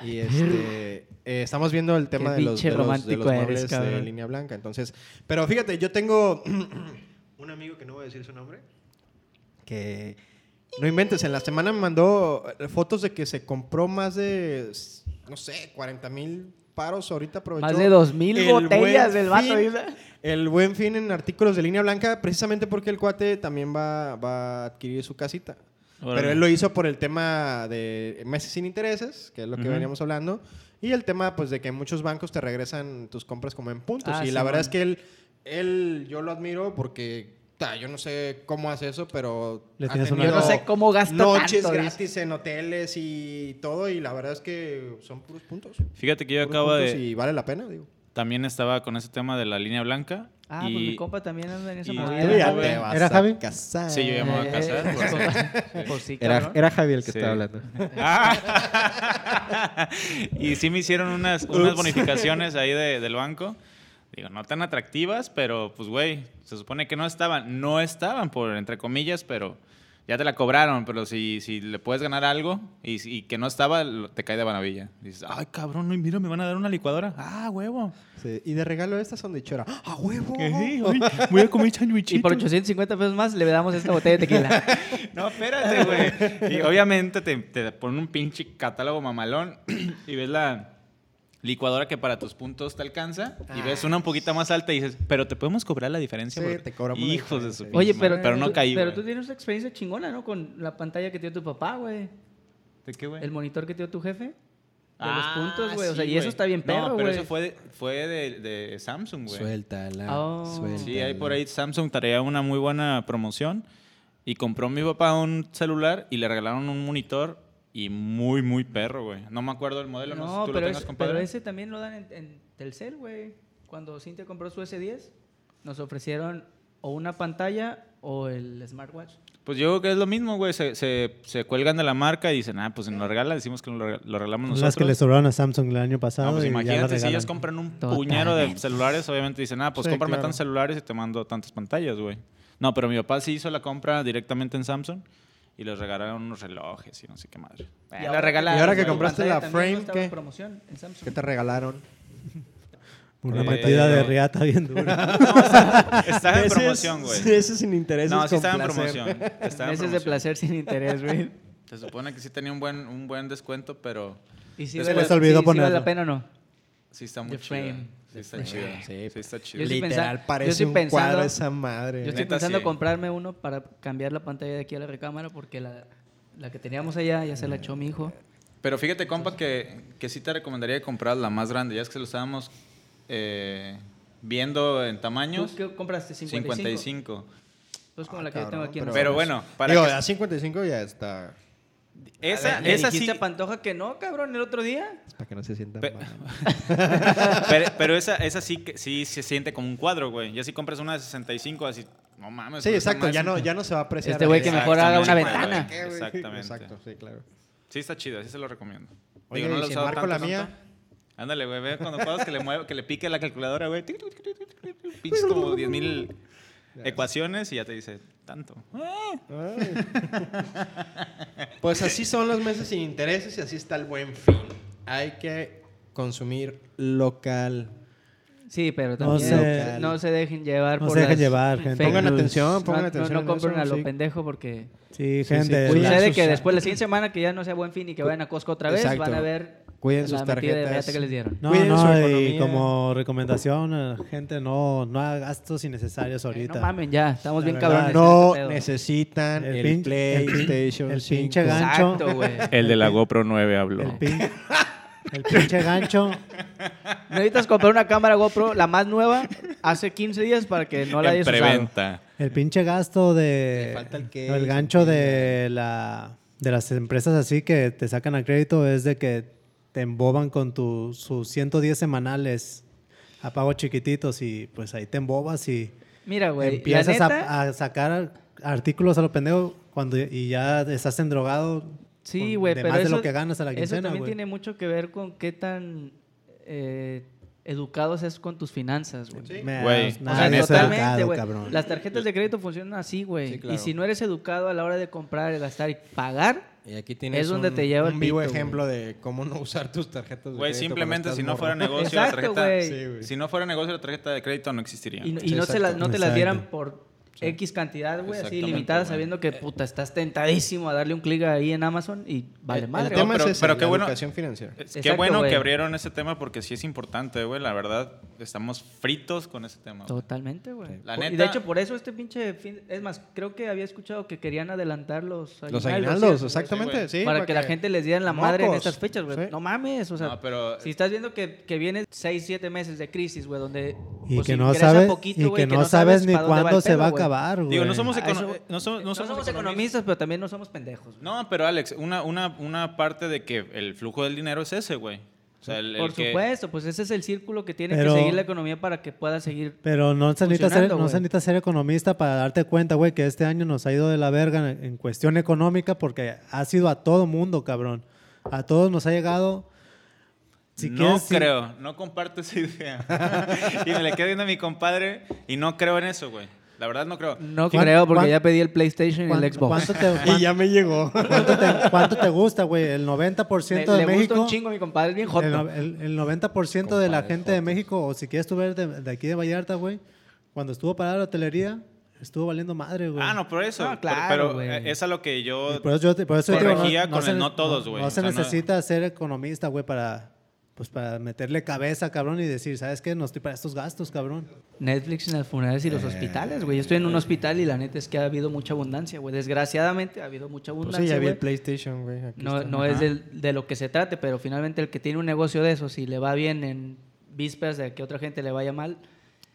Y este, eh, estamos viendo el tema de los,
pinche
de los, de
romántico
los
eres,
muebles de
cabrón.
línea blanca. Entonces, pero fíjate, yo tengo un amigo que no voy a decir su nombre. Que no inventes, en la semana me mandó eh, fotos de que se compró más de, s- no sé, 40 mil paros ahorita aprovechó.
Más de dos mil
el Buen
botellas del vato,
Fin,
dice.
El buen fin en artículos de línea blanca, precisamente porque el cuate también va, va a adquirir su casita.
Órale.
Pero él lo hizo por el tema de meses sin intereses, que es lo que veníamos hablando, y el tema pues de que muchos bancos te regresan tus compras como en puntos.
Ah,
y
sí,
la verdad
man.
es que él, él, yo lo admiro porque ta, yo no sé cómo hace eso, pero
Le
ha
tienes una-
tenido
Yo no
sé cómo gasta
noches
tanto,
gratis en hoteles y todo, y la verdad es que son puros puntos.
Fíjate que yo
Puros
acabo
puntos
de...
Y vale la pena, digo.
También estaba con ese tema de la línea blanca.
Ah,
y...
pues mi compa también anda en esa
y-
movida.
Tú ya te
güey.
vas ¿Era a Javi?
casar.
Sí, yo ya me voy a casar.
Eh,
pues.
pues sí,
Era,
cabrón.
era Javi el que
Sí.
estaba hablando.
Ah. y sí me hicieron unas, unas
Ups.
bonificaciones ahí de- del banco. Digo, no tan atractivas, pero pues, güey, se supone que no estaban. No estaban, por entre comillas, pero ya te la cobraron. Pero si, si le puedes ganar algo y, si- y que no estaba, lo- te cae de maravilla. Dices, ay, cabrón, no, y mira, me van a dar una licuadora. Ah, huevo.
Sí, Y de regalo estas son de chora. ¡A huevo!
Que sí, güey, voy a comer
Y por
sandwichito.
850 pesos más le damos esta botella de tequila.
No, espérate, güey. Y obviamente te, te ponen un pinche catálogo mamalón y ves la licuadora que para tus puntos te alcanza y ves una un poquito más alta y dices, pero te podemos cobrar la diferencia.
Sí,
bro?"
te cobramos la
Hijos de
diferencia.
su pinche
Oye,
madre.
pero,
no
tú-
caí,
Pero
güey.
tú tienes una experiencia chingona, ¿no? Con la pantalla que dio tu papá, güey.
¿De qué, güey?
El monitor que dio tu jefe. De
Ah,
los puntos, güey. O
sí,
sea, y eso está bien perro,
No, pero
güey.
eso fue de, fue de, de Samsung, güey.
Suéltala.
Oh.
suéltala.
Sí, ahí por ahí Samsung traía una muy buena promoción y compró mi papá un celular y le regalaron un monitor y muy, muy perro, güey. No me acuerdo el modelo, no, sé
No,
si tú
pero,
lo tengas,
es-
compadre.
pero ese también lo dan en, en Telcel, güey. Cuando Cintia compró su S10, nos ofrecieron o una pantalla o el smartwatch.
Pues yo creo que es lo mismo, güey. Se, se, se cuelgan de la marca y dicen, ah, pues nos regala, decimos que lo, rega- lo regalamos nosotros.
Las que le sobraron a Samsung el año
No,
pasado.
pues
y ya las
imagínate, si
regalan.
ellas compran un puñero de
Totalmente.
celulares, obviamente dicen, ah, pues
Sí,
cómprame
claro.
tantos celulares y te mando tantas pantallas, güey. No, pero mi papá sí hizo la compra directamente en Samsung y les regalaron unos relojes y no sé qué madre. Eh,
Y
la
ahora-
regalaron,
y ahora que
güey.
compraste la
pantalla también
Frame,
no estaba en
¿qué?
promoción en Samsung.
¿Qué te regalaron?
Una
Eh,
metida de
no.
riata bien dura.
Estaba en
Ese es-
promoción, güey.
Ese sin intereses.
No, sí
con
estaba en
placer.
promoción. Estaba en
Meses de
promoción.
placer sin interés, güey.
Se supone que sí tenía un buen, un buen descuento, pero
Y si
Se
vale-
les
sí-
olvidó
sí vale
ponerlo.
la pena o no.
sí está muy
The
chido.
Frame.
Sí está chido. Sí, está chido.
Yo sí
Literal,
pensaba- yo
parece
sí
un
pensando-
cuadro esa madre.
Yo estoy
Neta,
pensando
sí.
comprarme uno para cambiar la pantalla de aquí a la recámara porque la, la que teníamos allá ya se la echó mi hijo.
Pero fíjate, compa, que, que sí te recomendaría comprar la más grande. Ya es que lo estábamos eh, viendo en
¿Tú
tamaños.
qué compraste? 55.
55.
Pues como
Ah,
la que yo tengo
cabrón,
aquí en
Pero
la-
bueno, para
Digo,
que-
a 55 ya está.
Esa,
¿Le
esa sí.
dijiste a Pantoja que no, cabrón, el otro día?
Es para que no se sienta
Pe-
mal.
Pero, pero esa, esa sí, que- sí se siente como un cuadro, güey. Ya si compras una de 65, así. No mames.
Sí,
pues, esa
exacto.
madre
Ya
es un-
no, ya no se va a apreciar.
Este güey que
Exacto.
mejor haga una
Exactamente,
ventana.
güey. Exactamente.
Exacto, sí, claro.
Sí, está chido, así se lo recomiendo.
Oye,
Digo,
¿y
no lo he
si
usado
marco
tanto,
la
tanto.
mía?
Ándale, güey, ve cuando puedas que le mueva, que le pique la calculadora, güey. Tic, tic, tic, tic, tic, tic, Pinches como 10.000 ecuaciones y ya te dice tanto.
Ay. Pues así son los meses sin intereses y así está el buen fin. Hay que consumir local.
Sí, pero
No
también no
sé.
se, dejen llevar
No
por
se dejen
las
llevar, gente.
fake
Pongan
news.
atención,
No-
pongan
no-
atención
No,
en
compren
eso,
a lo
sí.
pendejo porque
Sí,
sí,
gente.
pues
cuídense.
la-
sucede
sus-
que después la siguiente semana que ya no sea buen fin y que vayan a Costco otra vez,
Exacto.
van a ver
Cuiden
la
sus
metida de
tarjetas.
reata que les dieron.
No,
Cuiden su
no, y
economía.
como recomendación a la gente, no, no haga gastos innecesarios
Eh,
ahorita.
no mamen, ya, estamos
La
bien
verdad,
cabrones.
No
en este pedo.
necesitan el,
pin- pin-
PlayStation
el pinche
5.
gancho.
Exacto, güey. Eh.
El de la GoPro 9 habló.
El, pin- el pinche gancho.
Necesitas comprar una cámara GoPro, la más nueva, hace 15 días para que no la hayas usado.
El pinche gasto de.
Le falta el case,
el gancho
el-
de, la, de las empresas así que te sacan a crédito es de que te emboban con tu, sus 110 semanales a pagos chiquititos y pues ahí te embobas y
Mira, güey, la
empiezas
neta-
a, a sacar artículos a lo pendejo cuando y ya estás en drogado.
Sí,
con-
güey,
de
pero
más
eso,
de lo que ganas a la
eso
quincena,
también
güey.
tiene mucho que ver con qué tan eh, educados es con tus finanzas, güey.
Me-
Güey,
O
nada
sea,
de
neta.
eso
totalmente,
educado,
güey.
cabrón.
Las tarjetas de crédito funcionan así, güey.
Sí, claro.
Y si no eres educado a la hora de comprar, gastar y pagar,
Y aquí tienes
Es donde
un,
te lleva el
un vivo
pito, güey.
ejemplo de cómo no usar tus tarjetas. de
Güey,
crédito
simplemente
cuando
si
estás
no fuera
morro.
negocio la
Exacto,
tarjeta.
güey.
Sí, güey.
Si no fuera negocio la tarjeta de crédito no existiría.
y, y
Sí,
no, te la-
exacto.
no te las dieran
Exacto.
por X cantidad, güey, así
Exactamente,
limitada,
güey.
sabiendo que, puta, estás tentadísimo a darle un clic ahí en Amazon y vale
Eh,
El-
madre. Eh,
El tema
güey.
No,
es
pero-
ese,
pero qué
la
bueno-
educación financiera.
Es- Qué
Exacto,
bueno
güey.
que abrieron ese tema porque sí es importante, güey. La verdad, estamos fritos con ese tema. güey.
Totalmente, güey.
La
Por- Y de
neta-
hecho, por eso este pinche fin... Es más, creo que había escuchado que querían adelantar los
Los
aguinaldos,
aguinaldos,
¿cierto?
exactamente. Sí,
para que, la gente les diera la madre en
Mocos.
estas fechas, güey.
Sí.
No mames, o sea...
No, pero eh,
Si estás viendo que, que vienen 6, 7 meses de crisis, güey, donde...
Y
pues,
que no
ingresa
sabes,
poquito,
y
güey,
que no sabes ni
pa' dónde el
cuándo se
pedo,
va a
güey.
acabar, güey.
digo, no somos,
A
econo-
eso-
no so- no
No
somos
somos
economistas.
economistas, pero también no somos pendejos. güey.
No, pero Alex, una, una, una parte de que el flujo del dinero es ese, güey. O sea, el, el
Por
que-
supuesto, pues ese es el círculo que tiene
Pero-
que seguir la economía para que pueda seguir.
Pero no se, necesita ser,
Funcionando,
no se
güey.
necesita ser economista para darte cuenta, güey, que este año nos ha ido de la verga en, en cuestión económica porque ha sido a todo mundo, cabrón. A todos nos ha llegado. Si
no
quieres, sí.
creo, no comparto esa idea. y me le quedo viendo a mi compadre y no creo en eso, güey. La verdad no creo.
No
¿Cuán-
creo, porque
cuán-
ya pedí el PlayStation y
¿Cuán-
el Xbox.
¿Cuánto te, cuán-
Y ya me llegó.
cuánto te- cuánto te gusta, güey? El 90%
Le, le
de
gusta
México.
un chingo a mi compadre, es bien
El,
joto.
no- el- el 90% de la gente de México, o si quieres tú ver de, de aquí de Vallarta, güey, cuando estuvo parada la hotelería, estuvo valiendo madre, güey.
Ah, no, por eso.
No,
Por-
claro,
pero
güey.
eh, es a lo que yo...
Y por eso yo te- por eso yo te digo,
Corregía con el
ne-
no todos, güey.
No,
O
se
sea, no-
necesita ser economista, güey, para, pues, para meterle cabeza, cabrón, y decir, ¿sabes qué? No estoy para estos gastos, cabrón.
Netflix en las funerales y
Eh,
los hospitales, güey. Yo estoy en un hospital y la neta es que ha habido mucha abundancia, güey. Desgraciadamente ha habido mucha
Pues
abundancia.
sí, ya vi
güey.
el PlayStation, güey. aquí
No,
está.
no es del- de lo que se trate, pero finalmente el que tiene un negocio de eso, si le va bien en vísperas de que otra gente le vaya mal,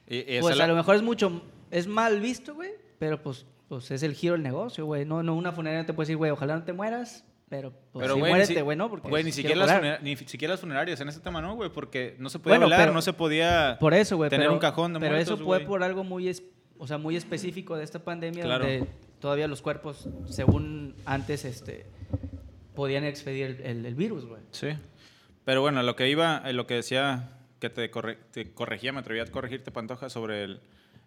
y- y esa
pues
la-
a lo mejor es mucho, es mal visto, güey, pero pues, pues es el giro del negocio, güey. No, no una funeraria te puede decir, güey, ojalá no te mueras, pero pues
Pero,
sí,
güey,
muérete,
si-
güey, ¿no? Porque
güey, ni,
quiero
siquiera las
cobrar.
funera- ni siquiera las funerarias en ese tema, ¿no, güey? Porque no se podía
Bueno,
velar,
pero-
no se podía...
Por eso, güey.
tener
pero-
un cajón de
Pero eso
muertos,
fue
güey.
por algo muy, es- o sea, muy específico de esta pandemia,
Claro.
donde todavía los cuerpos, según antes, este, podían expedir el, el- el virus, güey.
Sí. Pero bueno, lo que iba, eh, lo que decía que te, corre- te corregía, me atreví a corregirte, Pantoja, sobre el,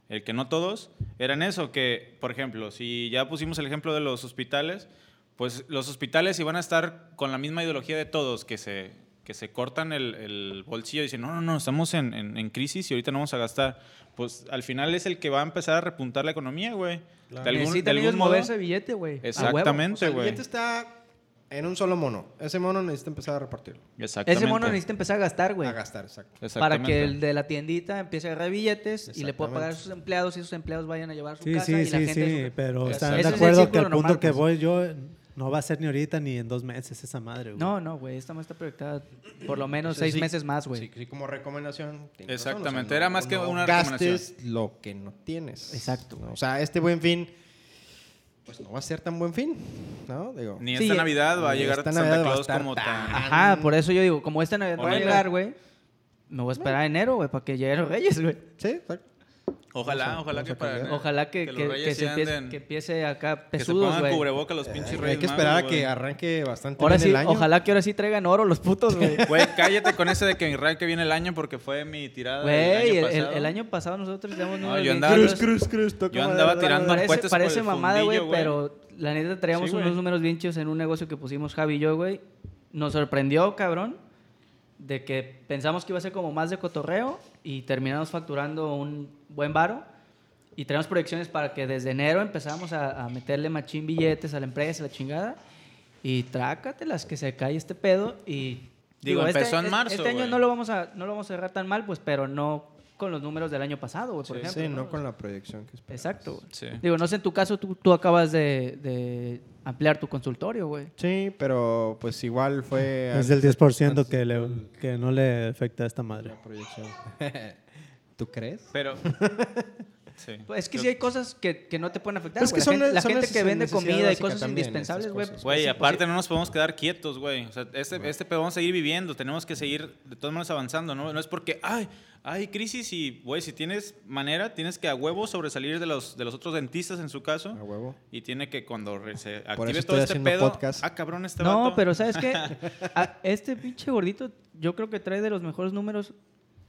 el que no todos eran eso, que, por ejemplo, si ya pusimos el ejemplo de los hospitales, pues los hospitales iban a estar con la misma ideología de todos, que se, que se cortan el, el bolsillo y dicen, no, no, no, estamos en, en- en crisis y ahorita no vamos a gastar. Pues al final es el que va a empezar a repuntar la economía, güey. De algún, de
Necesitan
algún
ellos
modo.
moverse billete, güey. a huevo.
O sea,
Exactamente,
el
güey.
billete está en un solo mono. Ese mono necesita empezar a repartirlo.
Exactamente.
Ese mono necesita empezar a gastar, güey.
A gastar, exacto.
Para que
Exactamente.
el de la tiendita empiece a agarrar billetes y le pueda pagar a
Exactamente.
sus empleados y sus empleados vayan a llevar a su
Sí,
casa.
sí,
y la
sí,
gente
sí,
de su-
pero
Exacto.
están
Ese
de
es el
acuerdo que
círculo
el punto
normal,
que
pues.
voy yo no va a ser ni ahorita ni en dos meses esa madre, güey.
No, no, güey. Esta más está proyectada por lo menos
Sí,
seis
sí.
meses más, güey.
Sí, sí, como recomendación. tienes
Exactamente,
razón, o sea,
era más que una
gastes lo que no tienes.
Exacto.
¿no? O sea, este buen fin, pues no va a ser tan buen fin, ¿no? Digo,
Ni
Sí,
esta Navidad va a
eh, ni
llegar
esta
Santa
Navidad va a
Claus
estar
como
tan-
tan...
Ajá, por eso yo digo, como esta Navidad va a
Ojalá.
llegar, güey, me voy a esperar a enero, güey, para que lleguen los Reyes, güey.
sí, exacto.
Ojalá, ojalá
vamos
que
a
para...
cambiar.
Ojalá que,
los
que-
Reyes
que se
sí
empiece,
anden-
que empiece acá
que se
pesudos,
pongan
güey.
cubreboca los pinches
Eh, Hay
reyes
que esperar
magos,
a que
güey.
arranque bastante
Ahora
bien
sí,
el año.
ojalá que ahora sí traigan oro los putos, güey.
Güey, cállate con ese de que mi rayo que viene el año porque fue mi tirada del
Güey, el,
Ah, año
el-
pasado.
el año pasado nosotros tiramos
No,
números
yo
bien
andaba-
chidos.
Cruz, cruz, cruz. toca
Yo
madera,
andaba
dale,
tirando
dale.
puentes
Parece,
por
parece
el
mamada, güey,
fundillo, güey.
pero la neta traíamos
Sí,
unos
güey.
números bien chidos en un negocio que pusimos Javi y yo, güey. Nos sorprendió, cabrón, de que pensamos que iba a ser como más de cotorreo y terminamos facturando un buen varo. Y traemos proyecciones para que desde enero empezamos a, a meterle machín billetes a la empresa, la chingada. Y trácatelas que se cae este pedo y...
Digo, empezó en
es-
marzo,
Este año
güey.
no lo, vamos a, no lo vamos a cerrar tan mal, pues, pero no con los números del año pasado, güey, por
Sí,
ejemplo.
sí, no
¿no?
con la proyección que esperas.
Exacto. güey.
Sí.
Digo, no sé, en tu caso, tú, tú acabas de, de ampliar tu consultorio, güey.
Sí, pero pues igual fue
Es
antes
del 10% que, le- que no le afecta a esta
de
madre.
la proyección. ¿Tú crees?
Pero, Sí.
Pues es que sí hay cosas que, que no te pueden afectar.
Pues es que
güey.
son-
la gente, la
son
gente que
neces-
vende
necesidad
comida y
básica
cosas
también,
indispensables,
estas
güey.
cosas.
Güey,
pues,
aparte no nos podemos quedar quietos, güey. O sea, este, este pedo vamos a seguir viviendo, tenemos que seguir de todas maneras avanzando, ¿no? No es porque, ay, hay crisis y, güey, si tienes manera, tienes que a huevo sobresalir de los, de los otros dentistas en su caso.
A huevo.
Y tiene que cuando re- se
Ah, Por
active
eso
todo
estoy
este
haciendo
pedo.
podcast.
Ah, cabrón, este
No,
vato.
pero ¿sabes qué? A- este pinche gordito, yo creo que trae de los mejores números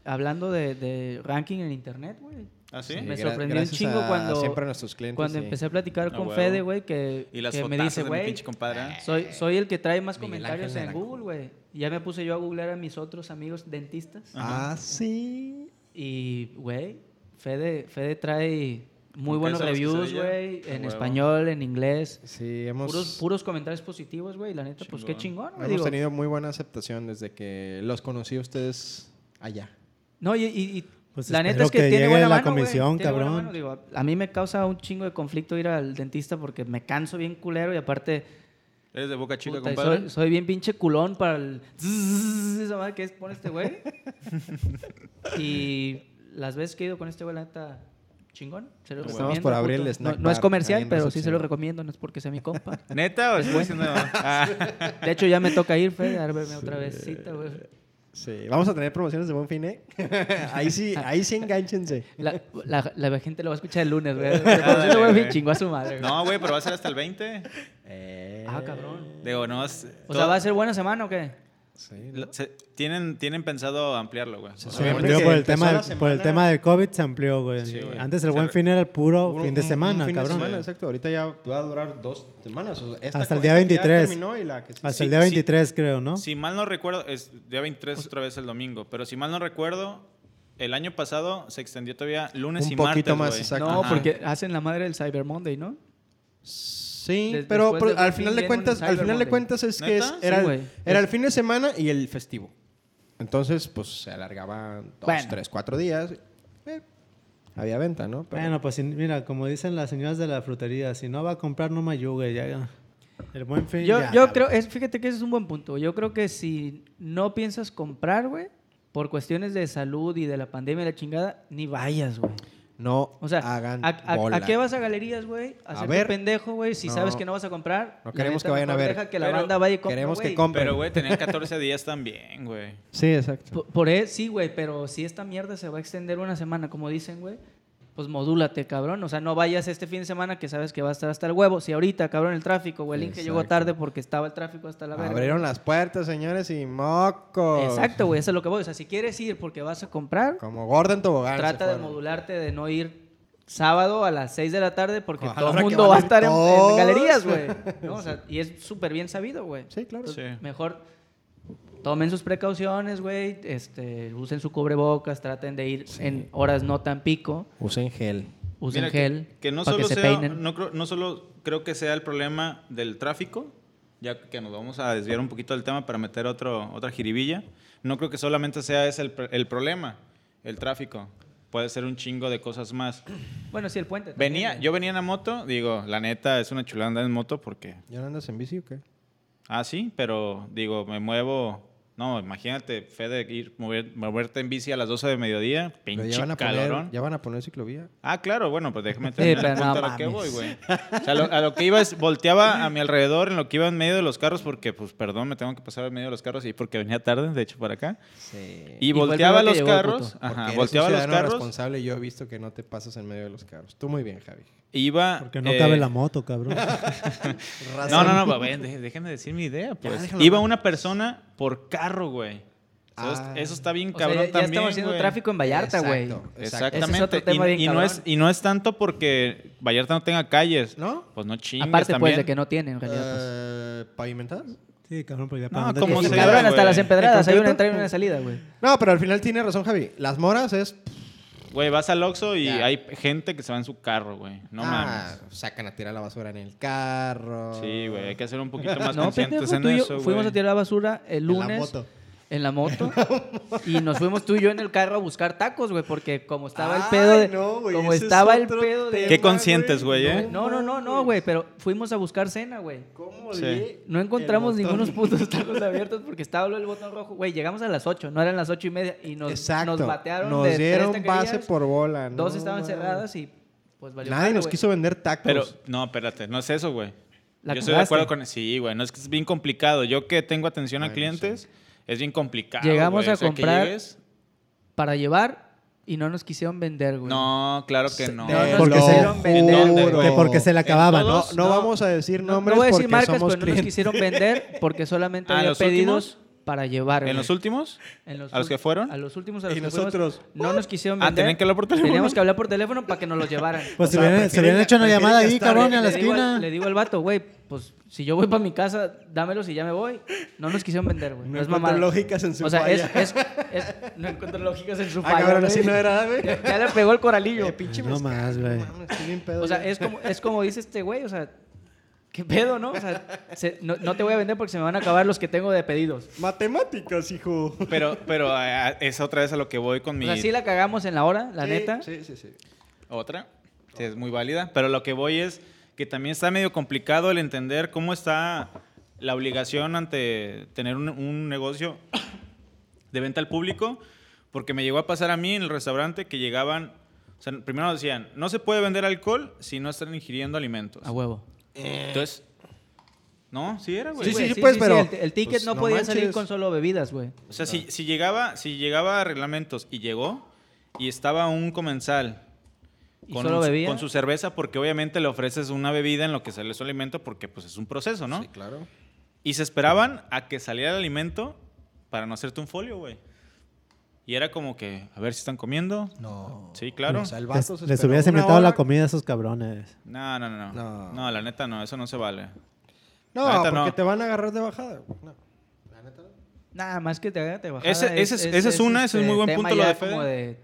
hablando de, de ranking en internet, güey.
¿Ah, sí?
Me
gra-
sorprendió un
gracias
chingo
a-
cuando-
Siempre a nuestros clientes.
Cuando
sí.
empecé a platicar
A
con
huevo.
Fede, güey, que,
Y las
que me
fotazas
dice,
de mi
güey, Ah.
pinche compadre.
soy, soy el que trae más
Miguel
comentarios
Ángel
en
Naranjo.
Google, güey. Y ya me puse yo a googlear a mis otros amigos dentistas.
Ah, sí.
Y, güey, Fede, Fede trae muy
Con
buenos
queso,
reviews,
quesadilla.
güey,
A
en
huevo.
español, en inglés.
Sí, hemos,
Puros, puros comentarios positivos, güey. La neta, pues qué
Chingón.
chingón, güey.
hemos
digo.
tenido muy buena aceptación desde que los conocí a ustedes allá.
No, y, y- y
Pues
la neta
espero
es que,
que
tiene
llegue
buena
la
mano, güey,
comisión,
tiene buena
cabrón.
mano. Digo, a- a mí me causa un chingo de conflicto ir al dentista porque me canso bien culero y aparte
Eres de boca chica,
puta, y
compadre.
soy, soy bien pinche culón para el... zzzz, Esa madre que es, pone este güey. y las veces que he ido con este güey, la neta, chingón. Se lo
Estamos
recomiendo.
por abrir el
puto.
snack
no, no es
bar ahí
comercial,
en
pero sí se lo
recepción.
recomiendo, no es porque sea mi compa.
¿Neta o estás diciendo? Ah,
De hecho, ya me toca ir, Fede, a verme otra vezcita, güey.
Sí, vamos a tener promociones de buen fin, ¿eh? ahí sí, ahí sí enganchense.
La, la- la gente lo va a escuchar el lunes, güey.
Ándale,
Ese güey
güey.
chingó a su madre, güey.
no, güey, pero va a ser hasta el 20.
Ah, cabrón.
Digo, no.
O sea, ¿va a ser buena semana o qué?
Sí, ¿no?
La- se- tienen, tienen pensado ampliarlo, güey. O
Se
sea,
supone
amplió
que
por el,
empezó
tema,
la
del- por el
semana-
tema del COVID, se amplió, güey.
Sí, güey.
Antes el
Se
buen
re-
fin era el puro
Un-
fin de
un- un
semana,
fin de
cabrón.
semana, exacto. Ahorita ya va a durar dos semanas. o sea, esta
Hasta el
co-
día
esta ya
23.
terminó y la que sigue.
Hasta
Sí,
el día
sí.
23, creo, ¿no?
Si mal no recuerdo, es día 23
Pues
otra vez el domingo, pero si mal no recuerdo, el año pasado se extendió todavía lunes
Un
y martes.
poquito más,
güey.
exacto.
No,
Ajá.
porque hacen la madre del Cyber Monday, ¿no?
Sí,
Des-
pero,
después
pero
del
al
fin
final de
viene un
cuentas, al
Cyber
final de
Monday.
cuentas es que es-
¿Neta?
era,
Sí,
el,
güey.
era el
Es-
fin de semana y el festivo. Entonces, pues se alargaban dos,
Bueno.
tres, cuatro días. Eh, había venta, ¿no? Pero-
Bueno, pues si- mira, como dicen las señoras de la frutería, si no va a comprar, no me ayude, ya. El buen fin.
Yo,
ya,
yo
cabrón.
creo, es, fíjate que ese es un buen punto. Yo creo que si no piensas comprar, güey, por cuestiones de salud y de la pandemia y la chingada, ni vayas, güey.
no
O sea,
hagan
¿a, a-
bola.
a qué vas a galerías, güey? A
A
ser
ver.
pendejo, güey, si
No.
sabes que no vas a comprar.
No
La
queremos
neta,
que vayan a
mejor
ver.
Deja que la
Pero
banda vaya y compre,
Queremos que
güey.
compren.
Pero, güey, tenían 14 días también, güey.
sí, exacto.
Por, por e- sí, güey, pero si esta mierda se va a extender una semana, como dicen, güey, pues modúlate, cabrón. O sea, no vayas este fin de semana que sabes que va a estar hasta el huevo. Si ahorita, cabrón, el tráfico, güey, el link que llegó
Exacto.
tarde porque estaba el tráfico hasta la verga.
Abrieron las puertas, señores, y moco.
Exacto, güey, eso es lo que voy. O sea, si quieres ir porque vas a comprar,
Como Gordon Tobogán. se
trata de
fueron.
modularte de no ir sábado a las 6 de la tarde porque
A la
todo el
hora que
mundo
van
va a
a ir
estar en, en
todos.
galerías, güey. ¿no? O sea, y es súper bien sabido, güey.
Sí, claro.
Sí.
Mejor tomen sus precauciones, güey. Este, usen su cubrebocas, traten de ir en horas no tan pico.
Usen gel.
Usen
Mira, que-
gel
Que, no
para
solo
que se
sea-
peinen.
No, creo- no solo creo que sea el problema del tráfico, ya que nos vamos a desviar un poquito del tema para meter otro, otra jiribilla. No creo que solamente sea ese el, pr- el problema, el tráfico. Puede ser un chingo de cosas más.
Bueno, sí, el puente. también,
Venía,
güey.
yo venía en la moto, digo, la neta es una chulada andar en moto porque
¿Ya no andas en bici o qué?
Ah, sí, pero digo, me muevo. No, imagínate, Fede, ir, mover- moverte en bici a las 12 de mediodía,
Pero
pinche
ya van, a
calorón.
poner, ya van a poner ciclovía.
Ah, claro, bueno, pues déjame
Sí,
terminar
pero
el
no
punto a lo que voy,
mames.
güey. O sea, lo- a lo que iba es, volteaba a mi alrededor en lo que iba en medio de los carros, porque, pues, perdón, me tengo que pasar en medio de los carros y porque venía tarde, de hecho, para acá.
Sí.
Y,
Y fue el
volteaba
primero
los
que llegó el
carros,
puto.
ajá,
Porque eres
volteaba
un
los
ciudadano
carros,
responsable y yo he visto que no te pasas en medio de los carros. Tú muy bien, Javi.
iba...
Porque no
eh,
cabe la moto, cabrón.
No, no, no, va, ven, dé- déjenme decir mi idea, pues.
déjalo,
Iba
güey.
una persona por carro, güey. Eso, es-
Ah.
eso está bien
O sea,
cabrón
ya, ya
también,
estamos haciendo
güey.
tráfico en Vallarta, güey.
Exacto.
Exactamente.
Ese es otro tema
y,
bien
y no
cabrón.
es, y no es tanto porque Vallarta no tenga calles.
¿No?
Pues no chingues
Aparte, pues,
también.
de que no tienen, en realidad.
Eh, ¿Pavimentadas?
Sí, cabrón, pues ya
No,
para dónde
como
te-
Pues. Y
sea,
cabrón, hasta
güey.
las empedradas. Hay una
¿El
entrada y una salida, güey.
No, pero al final tiene razón, Javi. Las moras es. pues,
Güey, vas al Oxxo y
Ya.
hay gente que se va en su carro, güey. No
Ah,
mames.
Sacan a tirar la basura en el carro.
Sí, güey, hay que ser un poquito más
No,
conscientes
pendejo,
en
tú y yo
eso, güey.
fuimos a tirar la basura el
En la
lunes.
moto.
en la moto. y nos fuimos tú y yo en el carro a buscar tacos, güey, porque como estaba el
Ay,
pedo de.
no, güey,
como
ese es
estaba el
otro
pedo de.
Qué conscientes, güey, ¿eh?
No, no, no, no, güey, pero fuimos a buscar cena, güey.
¿Cómo
Sí.
le-
No encontramos
el botón?
ningunos putos tacos abiertos porque estaba lo del botón rojo. Güey, llegamos a las 8, no eran las 8 y media y nos,
Exacto.
nos batearon.
Nos
de tres
dieron
taquerías,
base por bola. no
Dos estaban
mames.
cerradas y pues valió
Nadie
madre,
nos
güey.
quiso vender tacos.
Pero, no, espérate, no es eso, güey.
La
Yo estoy de acuerdo
cagaste.
con... Sí, güey, no es que es bien complicado. Yo que tengo atención a
Bueno,
clientes, es bien complicado.
Llegamos
güey.
a
O sea, que
comprar-
llegues-
Para llevar y no nos quisieron vender, güey.
No, claro que no.
No,
Te
no,
Porque
lo
se-
¿En
juro.
dónde?
Que porque se la
En
acababan.
No,
todos-
no
no.
vamos a decir
No,
nombres
no voy a
porque
decir marcas,
somos
pero no nos
clientes.
quisieron vender porque solamente
¿A
había
los
pedidos para llevar.
¿En
güey.
los últimos?
En los
¿A los
ul-
que fueron?
A los últimos, a los
Y
que fuimos,
nosotros,
no nos quisieron
Ah,
vender.
¿tenían que hablar por teléfono?
Teníamos que hablar por teléfono para que nos los llevaran.
Pues
O
se
sea,
hubieran, se
prefieren
hubieran
ya-
hecho una
prefieren
llamada
ya
ahí,
estar
cabrón, a la
le digo al-
esquina.
le digo al vato, güey, pues si yo voy para mi casa, dámelos y ya me voy. No nos quisieron vender, güey.
No
No, es
encuentro
mamada.
lógicas en su
O sea, es,
falla.
es- es- no encuentro lógicas en su
Ah,
falla.
cabrón,
güey.
así no era, güey.
Ya, ya le pegó el coralillo.
Eh, pinche
No
mezcal,
más, güey.
no mames, estoy bien pedo
O sea,
ya.
es como, es como dice este güey, o sea, qué pedo, ¿no? O sea, se- no, no te voy a vender porque se me van a acabar los que tengo de pedidos.
Matemáticas, hijo.
Pero, pero ah, es otra vez a lo que voy con mi...
O sea, sí la cagamos en la hora, la
Sí,
neta.
Sí, sí, sí.
Otra, que es muy válida, pero lo que voy es que también está medio complicado el entender cómo está la obligación ante tener un, un negocio de venta al público, porque me llegó a pasar a mí en el restaurante que llegaban, o sea, primero nos decían, no se puede vender alcohol si no están ingiriendo alimentos.
A huevo.
Entonces, no, sí era, güey.
Sí, sí,
Güey,
sí, pues, pero-
el, el ticket
pues,
no,
no
podía salir
manches.
con solo bebidas, güey.
O sea,
Ah.
si, si llegaba, si llegaba a reglamentos y llegó y estaba un comensal
Y
con,
solo
un-
bebía.
con su cerveza porque obviamente le ofreces una bebida en lo que sale su alimento porque pues es un proceso, ¿no?
Sí, claro.
Y se esperaban a que saliera el alimento para no hacerte un folio, güey. Y era como que, a ver si están comiendo.
No.
Sí, claro.
O sea, el
Les,
vato se
les
esperó
hubieras
una
inventado la
hora.
comida a esos cabrones.
No, no, no, no.
No.
No, la neta no, eso no se vale.
No,
La neta,
porque
no.
te van a agarrar de bajada. güey. No. La neta no.
Nada más que te haga te bajada.
Ese- ese es- esa es una, ese es muy buen
este tema
punto lo
ya
de Fede.
como de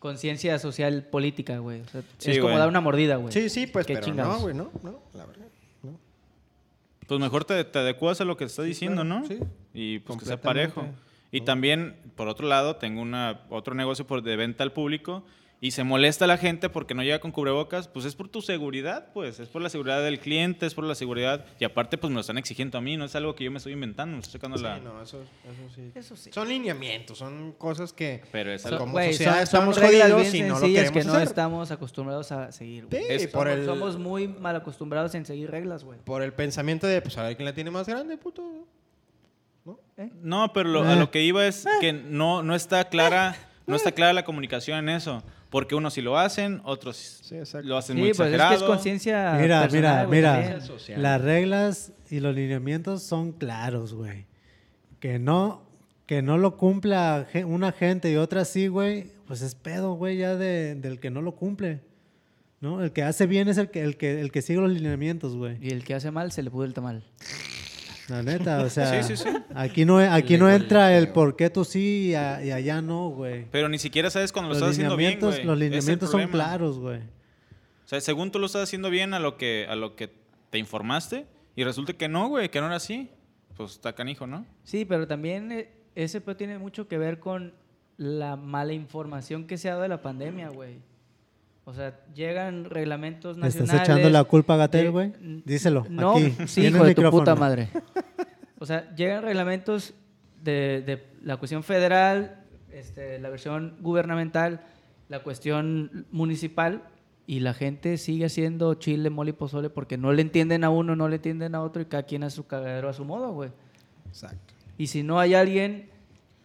conciencia social política, güey. O sea,
Sí,
es como
güey.
dar una mordida, güey.
Sí, sí, pues,
Qué
pero
chingados.
no, güey, no, no, la verdad. no.
Pues mejor te, te adecuas a lo que está diciendo,
claro,
¿no?
sí.
Y pues que sea
Completamente.
parejo. Y también, por otro lado, tengo una, otro negocio por, de venta al público y se molesta la gente porque no llega con cubrebocas, pues es por tu seguridad, pues, es por la seguridad del cliente, es por la seguridad. Y aparte, pues me lo están exigiendo a mí, no es algo que yo me estoy inventando, me estoy sacando la...
Sí, no, eso, eso sí.
Eso sí.
Son lineamientos, son cosas que
Pero es
Son-
algo...
como
Güey,
sociedad
son,
estamos
son reglas
jodidos
bien
y no lo
sencillas que
queremos
no
hacer.
estamos acostumbrados a seguir, güey.
Sí,
Es-
por
somos,
el,
somos muy mal acostumbrados en seguir reglas, güey.
por el pensamiento de, pues, a ver quién la tiene más grande, puto.
No, pero lo- a
Eh.
lo que iba es que no, no
Eh,
está clara... No está clara la comunicación en eso, porque unos sí lo hacen, otros
exacto.
lo hacen
Sí,
muy
pues
exagerado.
es que es conciencia
Mira,
personal, güey,
mira,
también.
mira. Las reglas y los lineamientos son claros, güey. Que no, que no lo cumpla ge- una gente y otra sí, güey, pues es pedo, güey, ya de- del que no lo cumple. ¿No? El que hace bien es el que, el que, el que sigue los lineamientos, güey.
Y el que hace mal se le pudo el tamal.
La neta, o sea,
Sí, sí, sí.
aquí no, aquí
Le
no
vale
entra el
feo.
por qué tú sí y, a- y allá no, güey.
Pero ni siquiera sabes cuando lo
Los
estás haciendo bien,
lineamientos,
güey.
los
Es el
lineamientos son
problema.
claros, güey.
O sea, según tú lo estás haciendo bien a lo que, a lo que te informaste y resulta que no, güey, que no era así. Pues está canijo, ¿no?
Sí, pero también eh, ese pedo tiene mucho que ver con la mala información que se ha dado de la pandemia, güey. O sea, llegan reglamentos
¿Le
nacionales.
estás echando la culpa a
Eh,
Gatel, güey? Díselo.
No,
aquí.
sí,
tienes
hijo de tu
micrófono.
puta madre. O sea, llegan reglamentos de, de la cuestión federal, este, la versión gubernamental, la cuestión municipal, y la gente sigue haciendo chile, mole y pozole porque no le entienden a uno, no le entienden a otro, y cada quien hace su cagadero a su modo, güey.
Exacto.
Y si no hay alguien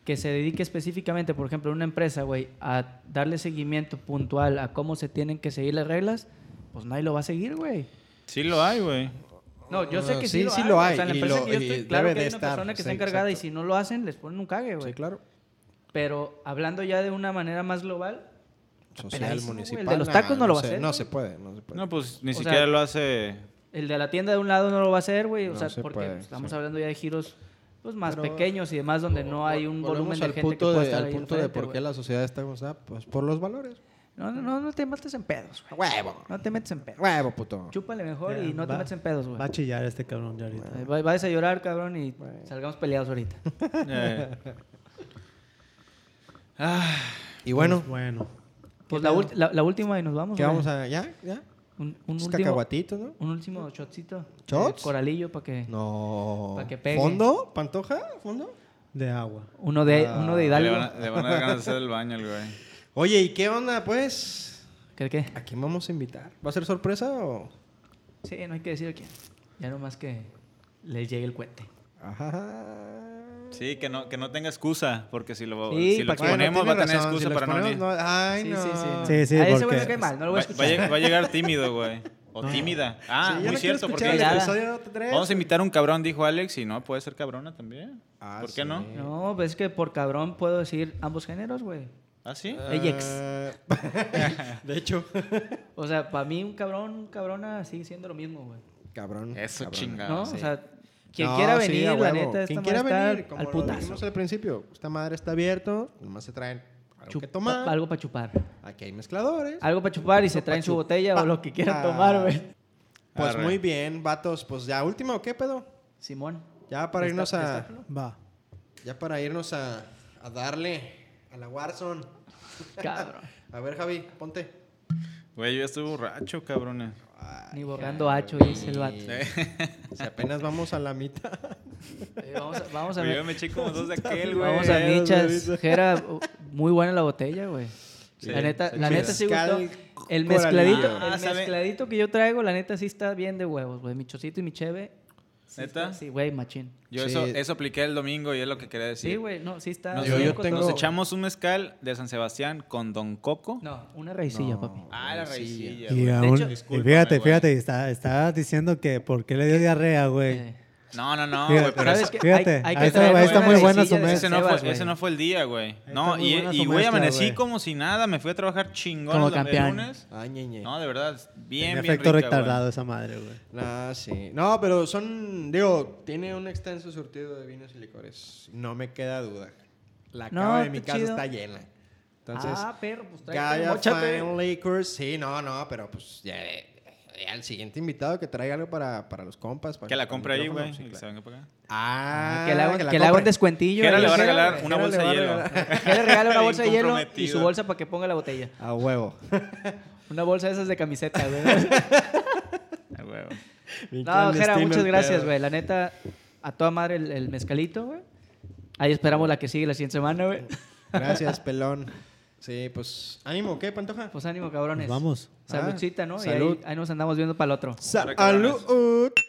que se dedique específicamente, por ejemplo, una empresa, güey, a darle seguimiento puntual a cómo se tienen que seguir las reglas, pues nadie lo va a seguir, güey.
Sí lo hay, güey.
No, yo sé
No,
que
sí,
sí,
sí
lo,
lo
hay.
hay,
O sea, en la
y
empresa
lo-
que yo
y
estoy, claro
debe
que
de
hay una
estar,
persona que está
sí,
encargada
exacto.
y si no lo hacen, les ponen un cague, güey.
Sí, claro.
Pero hablando ya de una manera más global,
Social,
peladísimo, güey.
municipal.
El de los
nah,
tacos no lo va a
se-
hacer,
No
güey.
se puede, no se puede.
No, pues ni
O sea-
siquiera lo hace.
el de la tienda de un lado no lo va a hacer, güey. O
No
sea,
se
porque pues,
puede,
estamos
sí.
hablando ya de giros pues, más
Pero-
pequeños y demás donde no hay un
Volvemos
volumen de
al
gente que
punto
pueda
de,
estar
al
ahí
punto de
enfrente,
por qué
güey.
la sociedad está como está, pues por los valores.
No, no, no, no te metas en pedos, güey.
Huevo.
No te metes en pedos.
Huevo, puto.
Chúpale mejor y no te
Va-
metas en pedos, güey.
Va a chillar este cabrón ya ahorita.
Eh, va- Vayas a llorar, cabrón, y salgamos peleados ahorita.
Eh,
Y bueno,
Pues bueno.
Pues la, ult- la, la última y nos vamos.
¿qué
güey.
vamos a...? ¿Ya? ¿Ya?
Un, un
Unos
último,
cacahuatitos, ¿no?
un último shotcito.
¿Shots?
Eh, coralillo para que...
No.
Pa' que pegue.
¿Fondo? ¿Pantoja? ¿Fondo?
De agua.
Uno, de,
Ah,
uno de
le,
Hidalgo.
van a, le van a dar ganas de hacer el baño al güey.
Oye, ¿y qué onda, pues?
¿Qué, qué?
¿A quién vamos a invitar? ¿Va a ser sorpresa o...?
Sí, no hay que decir a quién. Ya nomás que les llegue el cuente.
Ajá.
Sí, que no, que no tenga excusa, porque si lo,
Sí,
si lo
para que-
exponemos
Bueno,
va a tener
tiene razón,
excusa
si lo
para no venir.
exponemos,
Va,
Ay,
Sí,
no.
sí, sí.
Sí, sí,
a ese güey
porque-
me cae mal, no lo voy a
va a
escuchar.
lleg- va a llegar tímido, güey. O tímida.
Sí,
Ah,
ya
muy
no quiero
cierto, porque
escuchar el
ya-
episodio tres.
vamos a invitar a un cabrón, dijo Alex, y no, puede ser cabrona también.
Ah,
¿Por
sí.
qué no?
No, pues es que por cabrón puedo decir ambos géneros, güey.
¿Ah, sí?
Ey, ex.
Eh, de hecho.
O sea, para mí un cabrón, un cabrona sigue siendo lo mismo, güey.
Cabrón.
Eso
cabrón.
chingado.
¿No? O
Ah, sí.
sea, quien
No,
quiera
sí,
venir,
a
la
huevo.
neta,
Quien
esta
quiera
madre está
venir, como
al
lo
putazo.
dijimos al principio, esta madre está abierto, nomás se traen algo
Chup-
que tomar.
Algo Ah, para chupar.
Aquí hay mezcladores.
Algo para chupar y se
Algo
traen
pa'
su botella o
chupar. Ah.
lo que quieran tomar, güey.
Pues
Arre.
muy bien, vatos, pues ya último, ¿o ¿qué pedo?
Simón.
Ya para
Está-
irnos a
Va.
ya para irnos a, a darle a la Warzone.
Cabrón.
A ver, Javi, ponte.
Güey, yo ya estoy borracho, cabrones.
Ni borrando hacho, dice el vato.
Si apenas vamos a la mitad.
Eh, vamos, a, vamos a
Yo
ver.
me eché como dos de aquel, güey.
Vamos a Michas. Jera, uh, muy buena la botella, güey.
Sí,
la neta,
sí,
la
sí.
neta sí gustó.
Mezcal
El
coralillo.
mezcladito,
Ah,
el
sabe-
mezcladito que yo traigo, la neta sí está bien de huevos, güey. Mi chocito y mi cheve. sí
¿Neta?
está- Sí, güey, machín.
Yo
Sí.
eso, eso apliqué el domingo y es lo que quería decir.
Sí, güey, no, sí está.
Nos,
Yo-
bien
yo
con
tengo-
nos
todo.
echamos un mezcal de San Sebastián con Don Coco.
No, una raicilla,
No.
papi.
Ah, la
Sí,
raicilla,
Y,
güey.
aún- y
discúlpame,
fíjate,
güey.
fíjate, está, está diciendo que por qué le dio diarrea, güey.
Eh,
No, no, no,
Fíjate.
güey, pero
¿sabes
ese,
qué?
fíjate, ahí está-
traer
ahí está
una
muy buena
raicilla
su
de
mez-
ese no
Sebas,
fue, ese
güey.
no fue el día, güey.
Ahí
No,
está muy
y,
buena
y
su
güey,
mezcla,
amanecí
güey.
como si nada, me fui a trabajar chingón
Como
el dom- el
campeón.
lunes.
Ay, ñeñe.
No, de verdad, bien,
Tenía
bien
efecto
rica, güey.
retardado esa madre, güey.
Ah, sí. No, pero son, digo, tiene un extenso surtido de vinos y licores. No me queda duda. La
No,
cava de mi
está
casa
chido.
está llena. Entonces,
ah, perro, pues
Gaia
tráete,
Fine Liquors. Sí, no, no, pero pues ya, ya el siguiente invitado que traiga algo para, para los compas. Para
Que
para
la
el
compre ahí,
micrófono,
güey.
sí,
y que se
claro.
venga para acá.
Ah,
Que le hago, que le hago
compre.
un descuentillo.
Jera
ahí,
le va a
sí,
regalar
güey.
una
Jera
bolsa
le va
de
a
hielo.
regalar.
Que le regale una
Bien
bolsa de hielo y su
comprometido.
bolsa para que ponga la botella.
A huevo.
Una bolsa de esas de camiseta, güey.
Ah, huevo.
no, Jera, muchas gracias, güey. La neta, a toda madre el, el mezcalito, güey. Ahí esperamos la que sigue la siguiente semana, güey.
Gracias, pelón. Sí, pues ánimo, ¿qué, Pantoja?
Pues ánimo,
Nos
cabrones.
vamos. Ah,
Saludcita, ¿no?
Salud.
Y ahí, ahí nos andamos viendo para el otro.
Ahora, cabrones.
Salud.